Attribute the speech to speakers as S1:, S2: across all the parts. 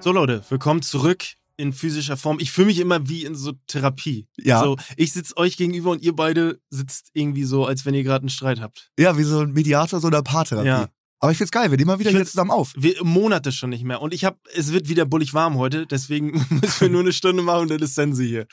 S1: So Leute, willkommen zurück in physischer Form. Ich fühle mich immer wie in so Therapie.
S2: Ja.
S1: So, ich sitze euch gegenüber und ihr beide sitzt irgendwie so, als wenn ihr gerade einen Streit habt.
S2: Ja, wie so ein Mediator, so eine Paartherapie.
S1: Ja.
S2: Aber ich find's geil, wir nehmen mal wieder
S1: Ich
S2: hier
S1: find's-
S2: zusammen auf.
S1: Wir, Monate schon nicht mehr. Und ich habe, es wird wieder bullig warm heute, deswegen müssen wir nur eine Stunde machen und dann ist Sense hier.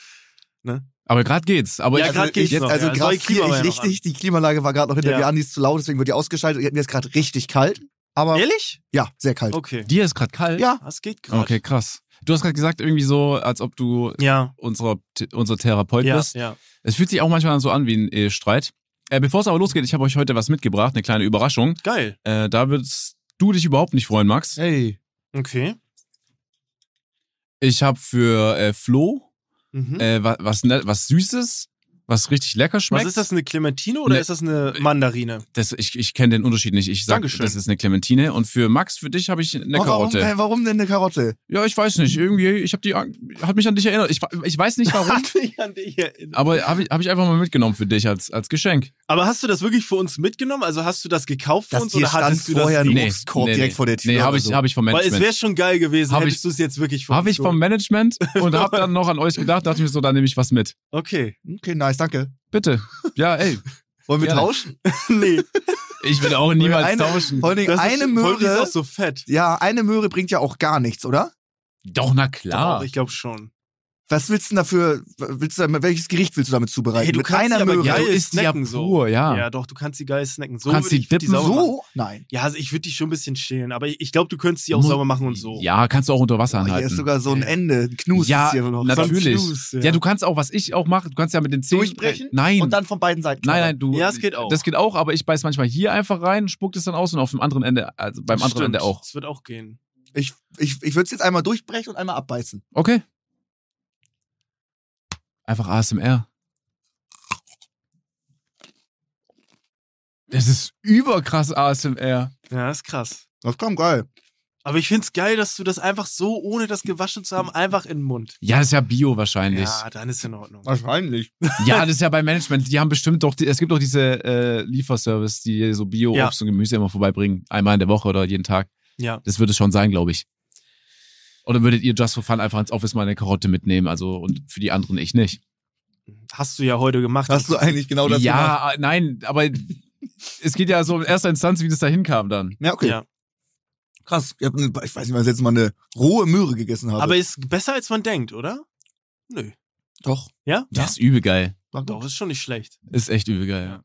S3: Aber gerade geht's. Aber
S1: Ja,
S3: ich,
S1: grad geht's
S2: jetzt,
S1: noch,
S2: also
S1: ja.
S2: gerade
S1: Soll Klima
S2: friere
S1: ja
S2: ich
S1: noch
S2: richtig, die Klimaanlage war gerade noch hinter
S1: Ja.
S2: mir an, die ist zu laut, deswegen wird die ausgeschaltet. Mir ist gerade richtig kalt, aber
S1: Ehrlich?
S2: ja, sehr kalt.
S1: Okay.
S3: dir ist gerade kalt.
S2: Ja.
S1: Das geht gerade.
S3: Okay, krass. Du hast gerade gesagt, irgendwie so, als ob du
S1: Ja.
S3: unser, unser Therapeut
S1: Ja,
S3: bist.
S1: ja.
S3: Es fühlt sich auch manchmal so an wie ein äh, Streit. Äh, Bevor es aber losgeht, ich habe euch heute was mitgebracht, eine kleine Überraschung.
S1: Geil.
S3: Äh, da würdest du dich überhaupt nicht freuen, Max.
S2: Hey.
S1: Okay.
S3: Ich habe für äh, Flo
S1: Mhm.
S3: äh, was, was, net- was Süßes, was richtig lecker
S1: Was
S3: schmeckt.
S1: ist das, eine Clementine oder
S3: Ne-
S1: ist das eine Mandarine?
S3: Das, ich ich kenne den Unterschied nicht. Ich sag,
S1: Dankeschön.
S3: das ist eine Clementine. Und für Max, für dich habe ich eine
S2: warum,
S3: Karotte.
S2: denn- warum denn eine Karotte?
S3: Ja, ich weiß nicht. Irgendwie, ich habe die, an- hat mich an dich erinnert. Ich, wa- ich weiß nicht warum,
S1: Hat mich an dich erinnert.
S3: aber habe ich, hab ich einfach mal mitgenommen für dich als, als Geschenk.
S1: Aber hast du das wirklich für uns mitgenommen? Also hast du das gekauft für
S2: Das
S1: uns
S2: hier
S1: oder hattest du
S2: stand
S1: das
S2: vorher
S1: nicht?
S2: ein Obstkorb direkt vor der Tür
S3: Nee,
S2: oder
S3: habe ich,
S2: so.
S3: hab ich vom
S1: also, Weil es
S3: Management.
S1: wäre schon geil gewesen,
S3: Hab
S1: hättest du es jetzt wirklich für
S3: Habe
S1: uns
S3: ich vom
S1: geholt.
S3: Management und habe dann noch an euch gedacht, dachte mir so, dann nehme ich was mit.
S1: Okay.
S2: Okay, nice,
S1: Hm.
S2: danke.
S3: Bitte. Ja, ey.
S2: Wollen wir
S3: Gerne.
S2: tauschen?
S1: nee.
S3: Ich will auch niemals
S2: Eine-
S3: tauschen.
S2: Vor allen Dingen
S1: Das
S2: eine
S1: ist, Holgi ist
S2: Möhre.
S1: auch so fett.
S2: Ja, eine Möhre bringt ja auch gar nichts, oder?
S3: Doch, na
S1: Doch,
S3: klar.
S1: ich glaube schon.
S2: Was willst du denn dafür, willst du damit, welches Gericht willst du damit zubereiten?
S1: Hey, du
S2: Mit
S1: kannst
S2: einer
S1: sie aber
S2: Möhre.
S3: Ja,
S1: geil
S3: du isst die ja
S1: snacken so.
S3: pur, ja.
S1: Ja. doch, du kannst die geil snacken. So
S3: Ah. Kannst
S1: würd
S3: die
S1: ich die
S3: dippen,
S1: sauber machen.
S2: so? Nein.
S1: Ja, also ich würde die schon ein bisschen schälen, aber ich, ich glaube, du könntest die auch
S3: Mu-
S1: sauber machen und so.
S3: Ja, kannst du auch unter Wasser
S2: Oh, hier
S3: anhalten.
S2: ist sogar so ein
S1: Ja.
S2: Ende. Ein Knus
S3: halt Äh, Ja,
S2: ist hier noch.
S1: So ein
S3: natürlich.
S1: Fluss,
S3: ja, du kannst auch, was ich auch mache, du kannst ja mit den Zähnen... Äh,
S2: Durchbrechen
S3: Nein.
S2: Und dann von beiden Seiten.
S3: Nein, nein, du.
S1: Ja, es geht auch.
S3: Das geht auch, aber ich beiß manchmal hier einfach rein, spuckt es dann aus und auf dem anderen Ende, also beim anderen
S1: Stimmt,
S3: Ende auch.
S1: Das wird auch gehen.
S2: Ich, ich, ich würde es jetzt einmal durchbrechen und einmal abbeißen.
S3: Okay. Einfach ASMR. Das ist überkrass ASMR.
S1: Ja, ist krass.
S2: Das kommt geil.
S1: Aber ich find's geil, dass du das einfach so, ohne das gewaschen zu haben, einfach in den Mund.
S3: Ja, das ist ja Bio wahrscheinlich.
S1: Ja, dann ist in Ordnung.
S2: Wahrscheinlich.
S3: Ja, das ist ja bei Management. Die haben bestimmt doch, die, es gibt doch diese äh, Lieferservice, die so
S1: Ja.
S3: Bio-Obst und Gemüse immer vorbeibringen. Einmal in der Woche oder jeden Tag.
S1: Ja.
S3: Das würde es schon sein, glaube ich. Oder würdet ihr just for fun einfach ins Office mal eine Karotte mitnehmen? Also, und für die anderen ich nicht.
S1: Hast du ja heute gemacht.
S2: Hast du eigentlich genau das gemacht?
S3: ja, äh, nein, aber es geht ja so in erster Instanz, wie das da hinkam dann.
S2: Ja, okay.
S1: Ja.
S2: Krass. Ich, hab, ne- ich weiß nicht, wann ich das letzte Mal eine rohe Möhre gegessen habe.
S1: Aber ist besser, als man denkt, oder? Nö.
S2: doch.
S1: Ja?
S3: Das ist übel geil.
S2: Doch.
S1: Doch, ist schon nicht schlecht.
S3: Ist echt übel geil. Ja.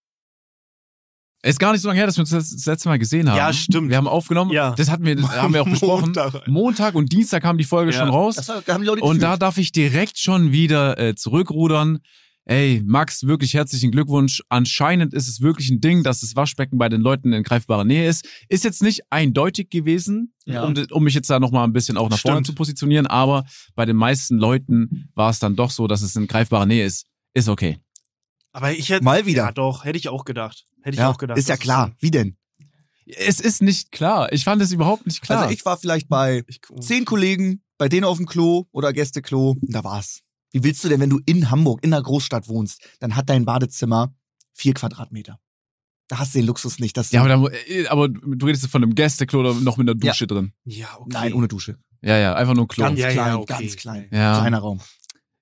S3: Ist gar nicht so lange her, dass wir uns das, das letzte Mal gesehen haben.
S1: Ja, stimmt.
S3: Wir haben aufgemomen.
S1: Ja.
S3: Das hatten wir, das haben wir auch besprochen.
S2: Montag.
S3: Montag und Dienstag kam die Folge
S1: Ja.
S3: schon
S2: Das
S3: raus.
S2: war- da haben die Leute
S3: Und da
S2: gefühlt.
S3: darf ich direkt schon wieder äh, zurückrudern. Ey, Max, wirklich herzlichen Glückwunsch. Anscheinend ist es wirklich ein Ding, dass das Waschbecken bei den Leuten in greifbarer Nähe ist. Ist jetzt nicht eindeutig gewesen,
S2: Ja.
S3: um, um mich jetzt da nochmal ein bisschen auch nach vorne
S1: Stimmt.
S3: zu positionieren, aber bei den meisten Leuten war es dann doch so, dass es in greifbarer Nähe ist. Ist okay.
S1: Aber ich hätte.
S2: Mal wieder.
S1: Ja, doch, hätte ich auch gedacht. Hätte ich
S2: ja,
S1: auch gedacht.
S2: ist ja
S1: dass es
S2: klar.
S1: dann-
S2: Wie denn?
S3: Es ist nicht klar. Ich fand es überhaupt nicht klar.
S2: Also ich war vielleicht bei
S1: Ich guck mal.
S2: zehn Kollegen, bei denen auf dem Klo oder Gästeklo. Und Da war's. Wie willst du denn, wenn du in Hamburg, in einer Großstadt wohnst, dann hat dein Badezimmer vier Quadratmeter. Da hast du den Luxus nicht, dass du-
S3: ja, aber, da, mu- äh, aber du redest von einem Gästeklo oder noch mit einer Dusche drin.
S1: Ja, okay.
S2: Nein, ohne Dusche.
S3: Ja, ja, einfach nur ein Klo.
S2: Ganz
S1: Ja, ja,
S2: klein,
S1: okay.
S2: ganz klein.
S3: Ja.
S2: Kleiner Raum.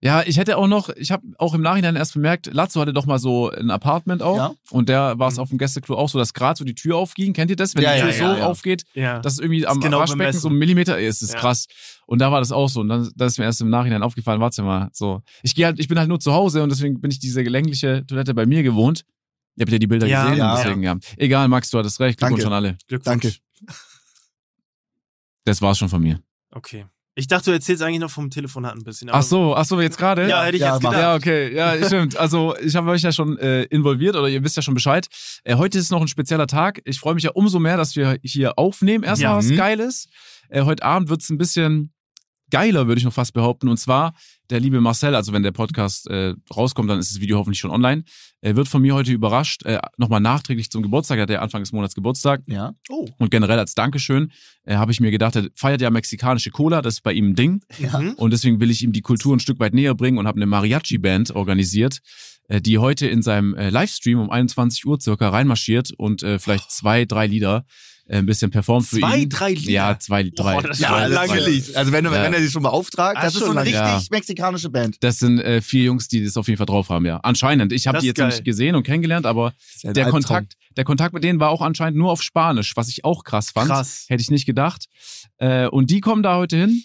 S3: Ja, ich hätte auch noch, ich habe auch im Nachhinein erst bemerkt, Lazzo hatte doch mal so ein Apartment auch.
S2: Ja.
S3: Und der war es
S1: Mhm.
S3: auf dem Gästeklo auch so, dass gerade so die Tür aufging. Kennt ihr das? Wenn
S2: Ja,
S3: die
S2: ja,
S3: Tür
S1: ja,
S3: so
S1: ja.
S3: aufgeht,
S1: Ja.
S3: dass irgendwie am
S1: genau
S3: Waschbecken
S1: bemessen.
S3: so ein Millimeter ist. Das ist
S1: Ja.
S3: krass. Und da war das auch so. Und dann das ist mir erst im Nachhinein aufgefallen, warte mal, so. Ich gehe halt, ich bin halt nur zu Hause und deswegen bin ich diese längliche Toilette bei mir gewohnt. Ihr habt ja die Bilder
S1: Ja,
S3: gesehen,
S2: ja.
S3: deswegen ja. Egal, Max, du hattest recht. Glückwunsch
S2: Danke.
S3: an alle.
S1: Glückwunsch.
S2: Danke.
S3: Das war's schon von mir.
S1: Okay. Ich dachte, du erzählst eigentlich noch vom Telefonat ein bisschen. aber-
S3: Ach so, ach so, jetzt gerade?
S1: Ja, hätte ich
S2: Genau. Ja,
S1: jetzt
S2: mach.
S1: gedacht.
S3: Ja, okay, ja, stimmt. Also ich habe euch ja schon äh, involviert oder ihr wisst ja schon Bescheid. Äh, heute ist noch ein spezieller Tag. Ich freue mich ja umso mehr, dass wir hier aufnehmen. Erstmal
S2: Ja.
S3: was
S2: Mhm.
S3: Geiles. Äh, heute Abend wird es ein bisschen geiler, würde ich noch fast behaupten. Und zwar der liebe Marcel, also wenn der Podcast äh, rauskommt, dann ist das Video hoffentlich schon online, äh, wird von mir heute überrascht. Äh, Nochmal nachträglich zum Geburtstag, er hat ja Anfang des Monats Geburtstag.
S2: Ja.
S1: Oh,
S3: Und generell als Dankeschön äh, habe ich mir gedacht, er feiert ja mexikanische Cola, das ist bei ihm ein Ding.
S1: mhm.
S3: Und deswegen will ich ihm die Kultur ein Stück weit näher bringen und habe eine Mariachi-Band organisiert, äh, die heute in seinem äh, Livestream um 21 Uhr circa reinmarschiert und äh, vielleicht zwei, drei Lieder äh, ein bisschen performt für
S1: Zwei,
S3: ihn.
S1: drei Lieder?
S3: Ja, zwei, drei.
S1: das ist
S3: zwei,
S1: schon lange
S3: zwei.
S1: Lied.
S2: Also wenn, du-
S3: Ja.
S2: wenn er sie schon beauftragt,
S1: Ah,
S2: das ist
S1: schon
S2: so eine
S1: lange.
S2: richtig
S3: Ja.
S2: mexikanische Band.
S3: Das sind äh, vier Jungs, die das auf jeden Fall drauf haben, ja. Anscheinend. Ich habe
S1: Das
S3: die
S1: ist
S3: jetzt
S1: geil.
S3: nicht gesehen und kennengelernt, aber der Kontakt, der Kontakt mit denen war auch anscheinend nur auf Spanisch, was ich auch krass fand.
S1: Krass.
S3: Hätte ich nicht gedacht. Äh, und die kommen da heute hin.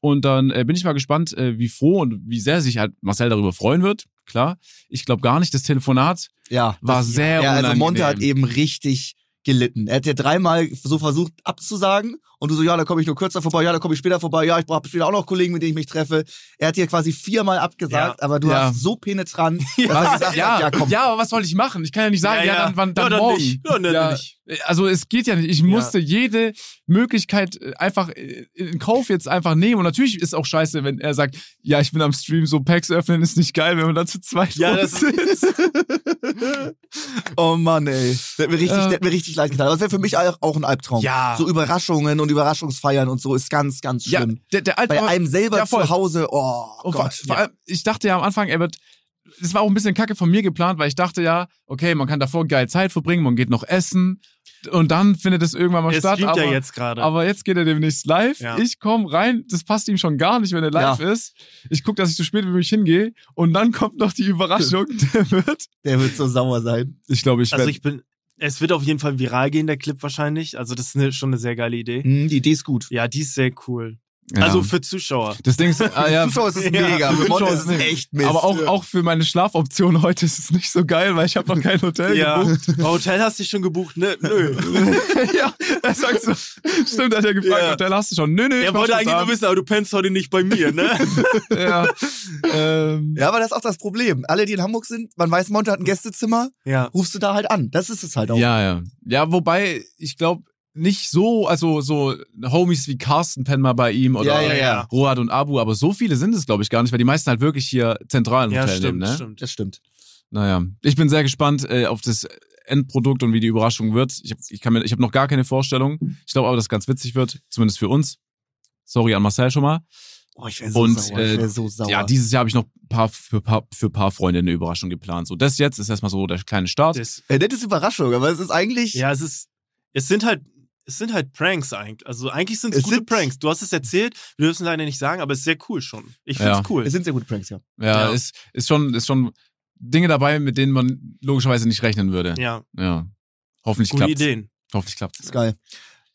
S3: Und dann äh, bin ich mal gespannt, äh, wie froh und wie sehr sich halt Marcel darüber freuen wird. Klar. Ich glaube gar nicht, das Telefonat
S2: Ja.
S3: war sehr
S2: Ja, also
S3: unangenehm.
S2: Monte hat eben richtig gelitten. Er hat ja dreimal so versucht abzusagen und du so, ja, da komme ich nur kürzer vorbei, ja, da komme ich später vorbei, ja, ich brauche später auch noch Kollegen, mit denen ich mich treffe. Er hat dir quasi viermal abgesagt, aber du
S3: Ja.
S2: hast so penetrant, dass
S3: Was-
S2: du gesagt
S3: ja,
S2: hast, ja,
S3: ja,
S2: komm.
S3: aber was soll ich machen? Ich kann ja nicht sagen, ja, dann, wann, dann,
S1: ja, dann
S3: morgen.
S1: Nicht. Ja, dann
S3: Ja.
S1: nicht.
S3: Also es geht ja nicht. Ich musste jede Möglichkeit äh, einfach äh, in Kauf jetzt einfach nehmen. Und natürlich ist auch scheiße, wenn er sagt, ja, ich bin am Stream, so Packs öffnen ist nicht geil, wenn man dann zu zweit
S1: Ja,
S3: rum
S1: das-
S3: sitzt.
S2: Oh Mann, ey. Das hat mir richtig,
S3: Ja.
S2: das hat mir richtig leid getan. Aber Das wäre für mich auch auch ein Albtraum.
S1: Ja.
S2: So Überraschungen und Überraschungsfeiern und so ist ganz, ganz
S3: ja,
S2: schlimm.
S3: der, der alte
S2: Bei einem selber
S3: Ja, voll.
S2: zu Hause, oh
S3: Und vor,
S2: Gott.
S3: vor allem, ich dachte ja am Anfang, er wird. Es war auch ein bisschen kacke von mir geplant, weil ich dachte ja, okay, man kann davor geil Zeit verbringen, man geht noch essen und dann findet es irgendwann mal
S1: Es
S3: statt.
S1: streamt
S3: aber,
S1: ja jetzt gerade.
S3: aber jetzt geht er demnächst live.
S1: Ja.
S3: Ich komme rein, das passt ihm schon gar nicht, wenn er live ist. Ich gucke, dass ich so spät wie möglich hingehe und dann kommt noch die Überraschung. der wird.
S2: Der wird so sauer sein.
S3: Ich glaube, ich
S1: Also
S3: werde.
S1: ich bin, es wird auf jeden Fall viral gehen, der Clip wahrscheinlich. Also das ist eine, schon eine sehr geile Idee.
S2: Hm, die Idee ist gut.
S1: Ja, die ist sehr cool.
S3: Mhm. ja.
S1: Also für Zuschauer.
S3: das Ding ist, ah, ja,
S2: Zuschauer ist es
S1: Ja.
S2: mega. Für Monte ist es echt Mist.
S3: aber auch, auch für meine Schlafoption heute ist es nicht so geil, weil ich habe noch kein Hotel
S1: Ja.
S3: gebucht.
S1: Hotel hast du dich schon gebucht, ne? Nö.
S3: ja, er sagt so, stimmt, hat er gefragt,
S1: Ja.
S3: und dann hast du schon. Nö, nö, ich
S1: Er
S3: mach
S1: wollte
S3: schon
S1: eigentlich nur
S3: Abend.
S1: wissen, aber du pennst heute nicht bei mir, ne?
S3: Ja. Ähm,
S2: Ja, aber das ist auch das Problem. Alle, die in Hamburg sind, man weiß, Monte hat ein Gästezimmer,
S1: ja.
S2: rufst du da halt an. Das ist es halt auch.
S1: genau.
S3: ja, ja. Ja, wobei, ich glaube, nicht so, also so Homies wie Carsten pennen mal bei ihm oder
S2: Ja, ja, ja.
S3: Rohat und Abu, aber so viele sind es, glaube ich, gar nicht, weil die meisten halt wirklich hier zentralen
S1: Ja,
S3: Hotel nehmen,
S1: stimmt,
S3: ne?
S1: stimmt.
S2: Das stimmt.
S3: Naja, ich bin sehr gespannt äh, auf das Endprodukt und wie die Überraschung wird. Ich habe ich kann mir- ich hab noch gar keine Vorstellung. Ich glaube aber, dass es ganz witzig wird, zumindest für uns. Sorry an Marcel schon mal.
S2: Oh, ich wäre
S3: so
S2: so
S3: Und, sauer.
S2: sauer. ich
S3: äh, Ich wär
S2: wäre so sauer.
S3: Ja, dieses Jahr habe ich noch paar, für, paar, für paar Freunde eine Überraschung geplant. So, das jetzt ist erstmal so der kleine Start.
S1: Das,
S2: äh, das ist Überraschung, aber es ist eigentlich,
S1: ja, es ist, es sind halt, es sind halt Pranks eigentlich. Also eigentlich sind es
S2: Es
S1: gute
S2: sind-
S1: Pranks. Du hast es erzählt, wir dürfen es leider nicht sagen, aber es ist sehr cool schon. Ich find's
S3: Ja.
S1: cool.
S2: es sind sehr gute Pranks, ja.
S3: ja,
S1: ja.
S3: Ist, ist schon, ist schon Dinge dabei, mit denen man logischerweise nicht rechnen würde.
S1: ja,
S3: Ja. Hoffentlich
S1: gute
S3: klappt.
S1: Ideen.
S3: Hoffentlich klappt.
S2: Ist geil.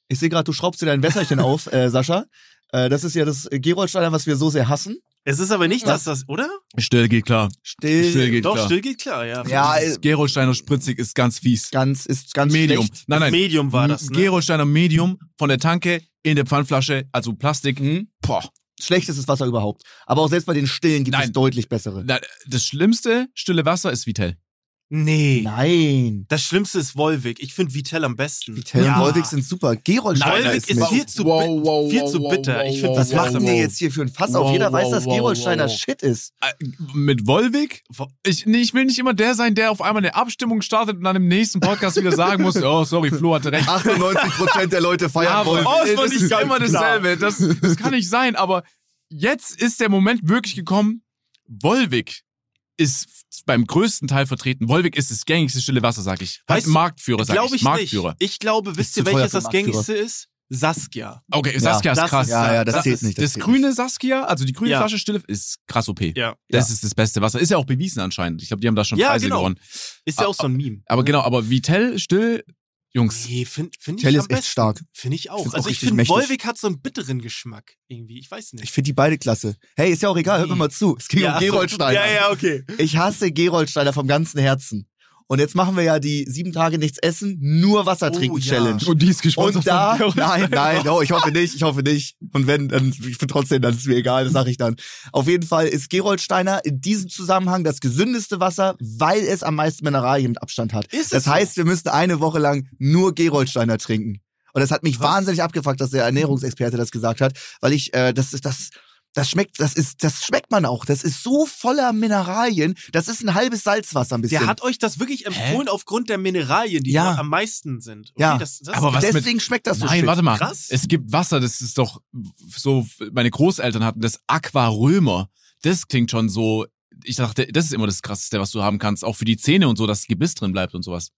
S2: Ich sehe gerade, du schraubst dir dein Wässerchen auf, äh, Sascha. Äh, das ist ja das Geroldsteiner, was wir so sehr hassen.
S1: Es ist aber nicht,
S2: Was?
S1: dass das, oder?
S3: Still geht klar.
S2: Still.
S3: Still geht
S1: Doch,
S3: klar.
S1: still geht klar, ja.
S2: Ja, äh,
S3: Dieses Gerolsteiner spritzig ist ganz fies.
S2: ganz, ist ganz
S3: Medium.
S2: schlecht.
S3: Nein, nein.
S1: Medium war das, ne?
S3: Gerolsteiner Medium von der Tanke in der Pfandflasche, also Plastik.
S2: Mhm.
S3: Boah.
S2: Schlechtestes Wasser überhaupt. Aber auch selbst bei den Stillen gibt
S3: Nein.
S2: es deutlich bessere.
S3: Na, Das schlimmste stille Wasser ist Vitell.
S1: Nee.
S2: Nein.
S1: Das Schlimmste ist Wolwig. Ich finde Vitell am besten.
S2: Vitell
S1: Ja.
S2: und Wolwig sind super. Gerolsteiner
S1: Wolwig
S2: ist
S1: ist
S2: nicht.
S1: viel zu,
S3: Wow,
S1: bi-
S3: wow,
S1: viel
S3: wow,
S1: zu
S3: wow,
S1: bitter.
S3: wow,
S1: ich finde
S3: wow,
S2: Was
S1: das
S3: wow,
S1: wow,
S2: machen
S3: wow.
S2: wir jetzt hier für ein Fass auf?
S3: Wow,
S2: Jeder weiß,
S3: wow,
S2: dass
S3: wow,
S2: Gerolsteiner
S3: wow, wow.
S2: Shit ist.
S3: Äh, Mit Wolwig? Ich, nee, ich will nicht immer der sein, der auf einmal eine Abstimmung startet und dann im nächsten Podcast wieder sagen muss, oh, sorry, Flo hatte recht.
S2: 98% der Leute feiern
S3: Aber-
S2: Wolwig.
S3: oh, es
S1: Ey,
S3: war
S1: das
S3: nicht
S1: ist ganz
S3: immer dasselbe. Das, das kann nicht sein, aber jetzt ist der Moment wirklich gekommen. Wolwig ist beim größten Teil vertreten. Wolwig ist das gängigste stille Wasser, sag ich. Hat
S1: Weißt du,
S3: Marktführer, sag
S1: Glaube ich
S3: ich. Marktführer.
S1: nicht. Ich glaube, wisst
S2: zu
S1: ihr,
S2: teuer
S1: welches
S2: für
S1: das
S2: Marktführer.
S1: gängigste ist? Saskia.
S3: Okay, Saskia
S1: das
S3: ist krass.
S1: ist-
S2: Ja, ja, das,
S1: Das
S2: zählt
S1: ist-
S2: nicht.
S3: das
S2: zählt
S3: grüne Saskia, also die grüne
S1: Ja.
S3: Flasche Stille, ist krass OP.
S1: Ja.
S3: Das ist das beste Wasser. Ist ja auch bewiesen anscheinend. Ich glaube, die haben da schon
S1: Ja,
S3: Preise
S1: genau.
S3: gewonnen.
S1: Ist ja auch so ein Meme.
S3: Aber genau, aber Vitell, Still, Jungs.
S1: Nee, finde find
S2: nicht.
S1: ich
S2: Vitell
S1: am
S2: ist echt
S1: besten.
S2: stark.
S1: Finde ich auch.
S2: Find's
S1: also
S2: auch
S1: ich
S2: richtig
S1: finde,
S2: mächtig.
S1: Wolwig hat so einen bitteren Geschmack irgendwie. Ich weiß
S2: Ich
S1: nicht.
S2: finde die beide klasse. Hey, ist ja auch egal, hört mir mal zu. Es ging um
S1: ach so.
S2: Gerolsteiner.
S1: Ja, ja, okay.
S2: Ich hasse Gerolsteiner vom ganzen Herzen. Und jetzt machen wir ja die sieben Tage nichts essen, nur Wasser
S1: Oh,
S2: trinken
S1: ja.
S2: Challenge.
S3: Und die ist gesponsert.
S2: Und da,
S3: von-
S2: nein, nein, no, ich hoffe nicht, ich hoffe nicht. Und wenn, dann, ich bin trotzdem, dann ist mir egal, das sage ich dann. Auf jeden Fall ist Geroldsteiner in diesem Zusammenhang das gesündeste Wasser, weil es am meisten Mineralien mit Abstand hat.
S1: Ist es
S2: das
S1: so?
S2: heißt, wir müssten eine Woche lang nur Geroldsteiner trinken. Und das hat mich wahnsinnig abgefuckt, dass der Ernährungsexperte das gesagt hat, weil ich, äh, das ist das. Das schmeckt, das ist, das schmeckt man auch. Das ist so voller Mineralien. Das ist ein halbes Salzwasser ein bisschen.
S1: Der hat euch das wirklich empfohlen aufgrund der Mineralien, die
S2: Ja.
S1: dort am meisten sind. Okay,
S2: Ja.
S1: das, das
S3: Aber was mit-
S2: Deswegen schmeckt das so
S3: Nein,
S2: shit.
S3: warte mal.
S1: Krass.
S3: Es gibt Wasser, das ist doch so, meine Großeltern hatten das Aquarömer. Das klingt schon so, ich dachte, das ist immer das Krasseste, was du haben kannst. Auch für die Zähne und so, dass Gebiss drin bleibt und sowas.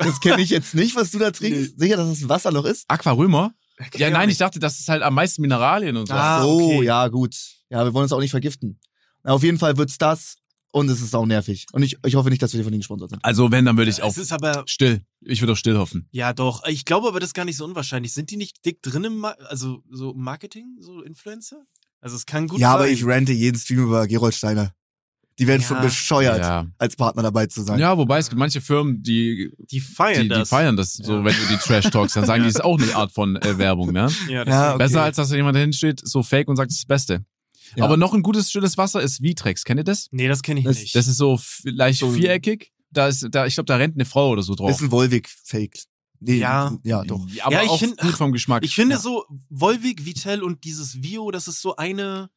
S2: Das kenne ich jetzt nicht, was du da trinkst. Sicher, dass das ein Wasserloch ist?
S3: Aquarömer? Ja,
S1: ja
S3: nein,
S1: nicht.
S3: ich dachte, das ist halt am meisten Mineralien und so.
S1: Ah,
S2: Ach so,
S1: okay.
S2: ja, gut. Ja, wir wollen uns auch nicht vergiften. Na, auf jeden Fall wird's das und es ist auch nervig. Und ich, ich hoffe nicht, dass wir von denen gesponsert sind.
S3: Also wenn, dann würde ich auch
S1: Es ist aber,
S3: still. Ich würde auch still hoffen.
S1: ja doch, ich glaube aber, das ist gar nicht so unwahrscheinlich. Sind die nicht dick drin im, Ma also so im Marketing, so Influencer? Also es kann gut
S2: ja,
S1: sein.
S2: aber ich rente jeden Stream über Gerold Steiner. Die werden
S1: Oh Ja.
S2: schon bescheuert,
S3: Ja.
S2: als Partner dabei zu sein.
S3: ja, wobei es gibt manche Firmen, die,
S1: Die feiern
S3: die, die
S1: das.
S3: feiern das, so wenn du die Trash talks, dann sagen die, das ist auch eine Art von äh, Werbung, ne?
S1: Ja, das
S2: Ja, okay.
S3: Besser als dass da jemand hinsteht, so fake und sagt, das ist das Beste.
S2: Ja.
S3: Aber noch ein gutes, stilles Wasser ist Vitrex. Kennt ihr das?
S1: Nee, das kenne ich
S2: Das-
S1: nicht.
S3: Das ist so f- leicht
S2: So-
S3: viereckig. Da ist, da, ich glaube, da rennt eine Frau oder so drauf.
S2: Ist ein Wolwig-Fake. Nee,
S1: Ja.
S2: Ja, doch.
S3: Aber
S1: Ja, ich
S3: auch
S1: find-
S3: gut vom Geschmack.
S1: ich finde
S3: ja.
S1: so, Volvic, Vitell und dieses Vio, das ist so eine.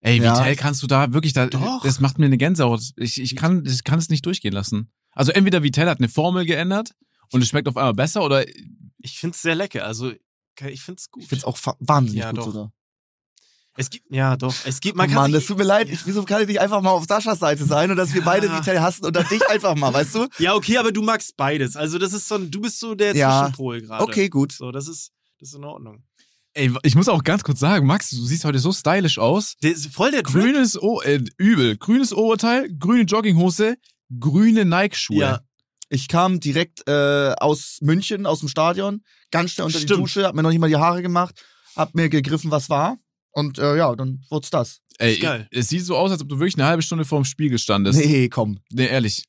S3: Ey,
S2: Ja.
S3: Vitell kannst du da wirklich, da,
S1: Doch.
S3: das macht mir eine Gänsehaut. Ich, ich kann, ich kann es nicht durchgehen lassen. Also entweder Vitell hat eine Formel geändert und es schmeckt auf einmal besser oder
S1: Ich finde es sehr lecker. Also ich finde es gut.
S2: Ich find's auch fa- wahnsinnig
S1: Ja,
S2: gut
S1: doch.
S2: sogar. Oh
S1: es gibt, ja doch. Es gibt, man kann
S2: Mann, das
S1: sich,
S2: tut mir leid. Ich, wieso kann ich nicht einfach mal auf Saschas Seite sein und dass wir
S1: Ja.
S2: beide Vitell hassen und dann dich einfach mal, weißt du?
S1: Ja, okay, aber du magst beides. Also das ist so ein, du bist so der
S2: Ja.
S1: Zwischenpol gerade.
S2: Okay, gut.
S1: So, das ist, das ist in Ordnung.
S3: Ey, ich muss auch ganz kurz sagen, Max, du siehst heute so stylisch aus.
S1: Der ist voll der Grün.
S3: Grünes, oh, äh, übel. Grünes Oberteil, grüne Jogginghose, grüne Nike-Schuhe.
S1: Ja.
S2: Ich kam direkt äh, aus München, aus dem Stadion, ganz schnell unter die
S1: Stimmt.
S2: Dusche, hab mir noch nicht mal die Haare gemacht, hab mir gegriffen, was war. Und äh, ja, dann wurd's das.
S3: Ey,
S1: Ist geil.
S3: es sieht so aus, als ob du wirklich eine halbe Stunde vorm Spiegel standest. Nee,
S2: nee, komm.
S3: ehrlich.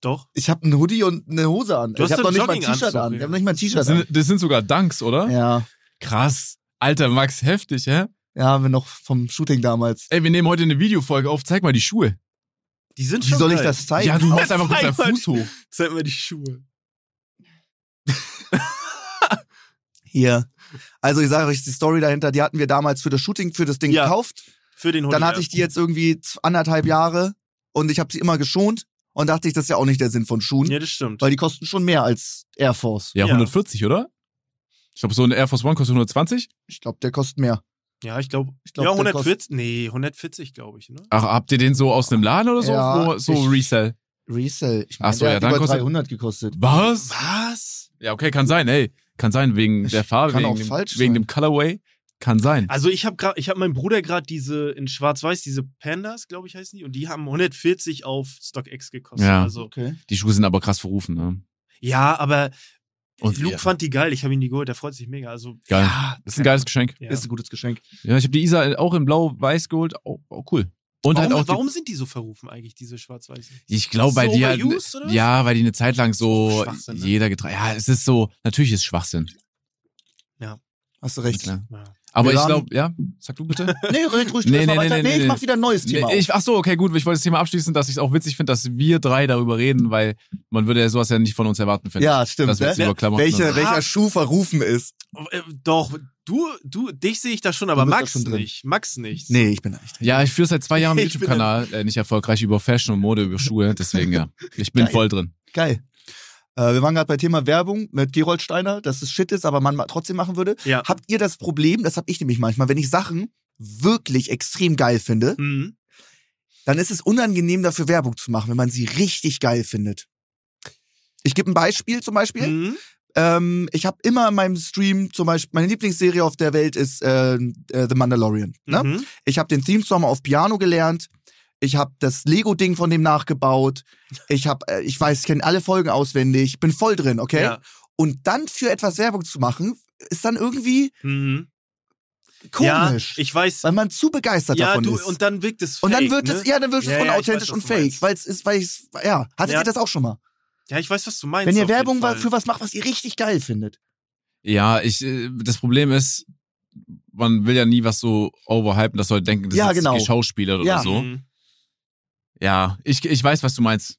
S1: Doch.
S2: Ich hab einen Hoodie und eine Hose an.
S1: Du
S2: ich
S1: hast
S2: hab
S1: so
S2: noch
S1: einen
S2: nicht mal ein T-Shirt
S1: Jogginganzug,
S2: an. Ich
S1: ja.
S2: hab noch nicht mal ein
S3: Das
S2: T-Shirt an.
S3: sind, das sind sogar Dunks, oder?
S2: Ja,
S3: Krass. Alter, Max, heftig, hä?
S2: ja, haben wir noch vom Shooting damals.
S3: Ey, wir nehmen heute eine Videofolge auf. Zeig mal die Schuhe.
S1: Die sind
S2: Wie
S1: schon
S2: soll ich
S1: geil.
S2: das zeigen?
S3: Ja, du machst einfach kurz
S1: Zeig
S3: deinen
S1: mal die-
S3: Fuß hoch.
S1: Zeig mal die Schuhe.
S2: Hier. Also ich sage euch die Story dahinter, die hatten wir damals für das Shooting, für das Ding
S1: Ja.
S2: gekauft.
S1: Für den Hoodie.
S2: Dann hatte ich die jetzt irgendwie z- anderthalb Jahre und ich habe sie immer geschont und dachte ich, das ist ja auch nicht der Sinn von Schuhen,
S1: Ja, das stimmt.
S2: weil die kosten schon mehr als Air Force.
S3: Ja,
S1: Ja.
S3: 140, oder? Ich glaube, so eine Air Force One kostet 120.
S2: Ich glaube, der kostet mehr.
S1: ja, ich glaube.
S2: Ich glaub,
S1: ja,
S2: der
S1: 140. Nee, 140, glaube ich. Ne?
S3: Ach, habt ihr den so aus einem Laden oder so?
S2: Ja,
S3: Wo- so
S2: ich-
S3: Resell.
S2: Resell. Ich
S3: Ach
S2: meine,
S3: so,
S2: der
S3: ja,
S2: hat
S3: dann
S2: über
S3: kostet-
S2: 300 gekostet.
S3: Was?
S1: Was?
S3: Ja, okay, kann sein, ey. Kann sein, wegen
S2: Ich
S3: der Farbe,
S2: kann
S3: wegen,
S2: auch
S3: dem,
S2: falsch
S3: wegen
S2: sein.
S3: dem Colorway. Kann sein.
S1: Also ich habe gerade, ich habe meinem Bruder gerade diese in Schwarz-Weiß diese Pandas, glaube ich, heißen die, und die haben 140 auf StockX gekostet.
S3: Ja.
S1: Also
S2: Okay.
S3: Die Schuhe sind aber krass verrufen, ne?
S1: ja, aber
S3: Und
S1: Luke
S3: ja.
S1: fand die geil. Ich habe ihn die geholt. Der freut sich mega. Also
S3: Geil.
S2: Ja,
S3: Das ist ein geiles Geschenk.
S1: ja.
S2: ist ein gutes Geschenk.
S3: Ja, ich habe die Isa auch in blau-weiß geholt. Auch auch cool. Und
S1: warum,
S3: halt auch die-
S1: warum sind die so verrufen eigentlich diese Schwarz-Weißen?
S3: Ich glaube, weil
S1: So
S3: die halt,
S1: overused, oder was?
S3: ja, weil die eine Zeit lang so
S1: Schwachsinn, ne?
S3: jeder getragen. Ja, es ist so, natürlich ist Schwachsinn.
S2: Hast du recht.
S3: Klar.
S1: Ja.
S3: Aber
S2: Wir
S3: ich
S2: haben-
S3: glaube, ja, sag du bitte.
S2: Nee, red ruhig
S3: Nee,
S2: nee, nee,
S3: nee,
S2: weiter. Nee,
S3: nee, nee,
S2: ich mach
S3: nee.
S2: wieder ein neues Thema
S3: ich, ach so, okay, gut, ich wollte das Thema abschließen, dass ich es auch witzig finde, dass wir drei darüber reden, weil man würde ja sowas ja nicht von uns erwarten
S2: auf.
S3: finden.
S2: Ja, stimmt.
S3: dass wir jetzt
S2: ne?
S3: über Klamotten
S2: Welche,
S3: und-
S2: welcher Schuh verrufen ist.
S1: Äh, Doch, du, du, dich sehe ich da schon, aber
S2: bist da
S1: Max
S2: schon drin.
S1: nicht. Max nicht.
S2: Nee, ich bin da nicht.
S3: Ja, ich führe seit zwei Jahren einen
S1: Ich bin
S3: YouTube-Kanal, äh, nicht erfolgreich über Fashion und Mode, über Schuhe, deswegen ja. Ich bin
S2: Geil.
S3: voll drin.
S2: Geil. Äh, wir waren gerade bei Thema Werbung mit Gerold Steiner, dass es Shit ist, aber man ma- trotzdem machen würde.
S1: Ja.
S2: Habt ihr das Problem, das habe ich nämlich manchmal, wenn ich Sachen wirklich extrem geil finde,
S1: Mhm.
S2: dann ist es unangenehm, dafür Werbung zu machen, wenn man sie richtig geil findet. Ich gebe ein Beispiel zum Beispiel.
S1: Mhm.
S2: Ähm, ich habe immer in meinem Stream zum Beispiel, meine Lieblingsserie auf der Welt ist äh, äh, The Mandalorian. Ne?
S1: Mhm.
S2: Ich habe den Theme-Song auf Piano gelernt. Ich habe das Lego-Ding von dem nachgebaut. Ich habe, äh, ich weiß, ich kenne alle Folgen auswendig. Bin voll drin, okay?
S1: Ja.
S2: Und dann für etwas Werbung zu machen, ist dann irgendwie,
S1: Mhm.
S2: komisch.
S1: Ja, ich weiß.
S2: weil man zu begeistert
S1: ja,
S2: davon
S1: du,
S2: ist.
S1: und dann wirkt es fake,
S2: Und dann wird
S1: ne?
S2: es, ja, dann wird es
S1: Ja, ja, ich weiß,
S2: unauthentisch
S1: was
S2: und
S1: du
S2: fake,
S1: meinst.
S2: weil es ist, weil ich, ja, hattet
S1: Ja.
S2: ihr das auch schon mal?
S1: Ja, ich weiß, was du meinst.
S2: Wenn ihr
S1: auf jeden
S2: Werbung
S1: Fall.
S2: für was macht, was ihr richtig geil findet.
S3: Ja, ich, äh, das Problem ist, man will ja nie was so overhypen, dass Leute denken, das
S2: Ja,
S3: ist
S2: genau.
S3: geschauspielert
S2: Ja.
S3: oder so.
S1: Mhm.
S3: Ja, ich, ich weiß, was du meinst.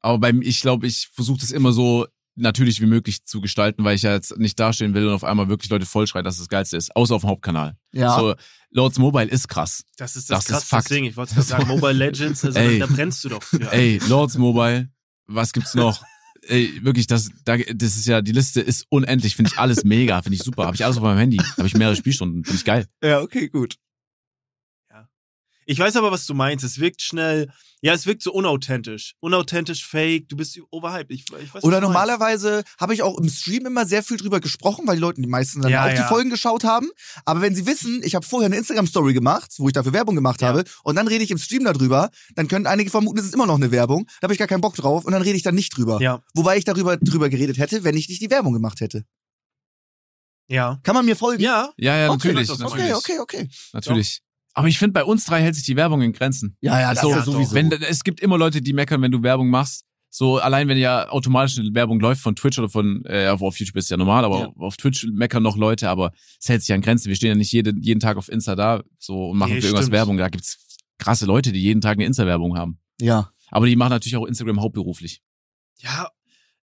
S3: Aber beim, ich glaube, ich versuche das immer so natürlich wie möglich zu gestalten, weil ich ja jetzt nicht dastehen will und auf einmal wirklich Leute vollschreien, dass es das Geilste ist. Außer auf dem Hauptkanal.
S2: Ja.
S3: So, Lords Mobile ist krass.
S1: Das ist das,
S3: Das ist
S1: krasseste
S3: Fakt.
S1: Ding. Ich wollte gerade sagen, Mobile Legends, also
S3: Ey.
S1: da brennst du doch für.
S3: Ey, Lords Mobile, was gibt's noch? Ey, wirklich, das, da, das ist ja, die Liste ist unendlich, finde ich alles mega, finde ich super. Habe ich alles auf meinem Handy, habe ich mehrere Spielstunden, finde ich geil.
S2: Ja, okay, gut.
S1: Ich weiß aber, was du meinst. Es wirkt schnell, ja, es wirkt so unauthentisch. Unauthentisch, fake, du bist overhyped. Ich, ich weiß, was
S2: Oder
S1: du meinst.
S2: normalerweise habe ich auch im Stream immer sehr viel drüber gesprochen, weil die Leute die meisten dann
S1: Ja,
S2: auch die
S1: ja.
S2: Folgen geschaut haben. Aber wenn sie wissen, ich habe vorher eine Instagram-Story gemacht, wo ich dafür Werbung gemacht habe, und dann rede ich im Stream darüber, dann können einige vermuten, es ist immer noch eine Werbung. Da habe ich gar keinen Bock drauf und dann rede ich dann nicht drüber.
S1: Ja,
S2: Wobei ich darüber drüber geredet hätte, wenn ich nicht die Werbung gemacht hätte.
S1: ja.
S2: Kann man mir folgen?
S1: Ja,
S3: Ja, ja,
S2: Okay,
S3: natürlich.
S1: das-
S3: natürlich.
S2: Okay, okay, okay.
S3: Natürlich. Aber ich finde, bei uns drei hält sich die Werbung in Grenzen.
S2: Ja, ja, das
S3: so,
S2: ja, sowieso.
S3: Wenn, es gibt immer Leute, die meckern, wenn du Werbung machst. So, allein wenn ja automatisch eine Werbung läuft von Twitch oder von, äh, auf- auf YouTube ist ja normal, aber
S2: Ja.
S3: auf Twitch meckern noch Leute, aber es hält sich an Grenzen. Wir stehen ja nicht jede, jeden Tag auf Insta da so und machen
S1: Nee,
S3: für irgendwas
S1: stimmt.
S3: Werbung. Da gibt's krasse Leute, die jeden Tag eine Insta-Werbung haben.
S2: ja.
S3: Aber die machen natürlich auch Instagram hauptberuflich.
S1: ja.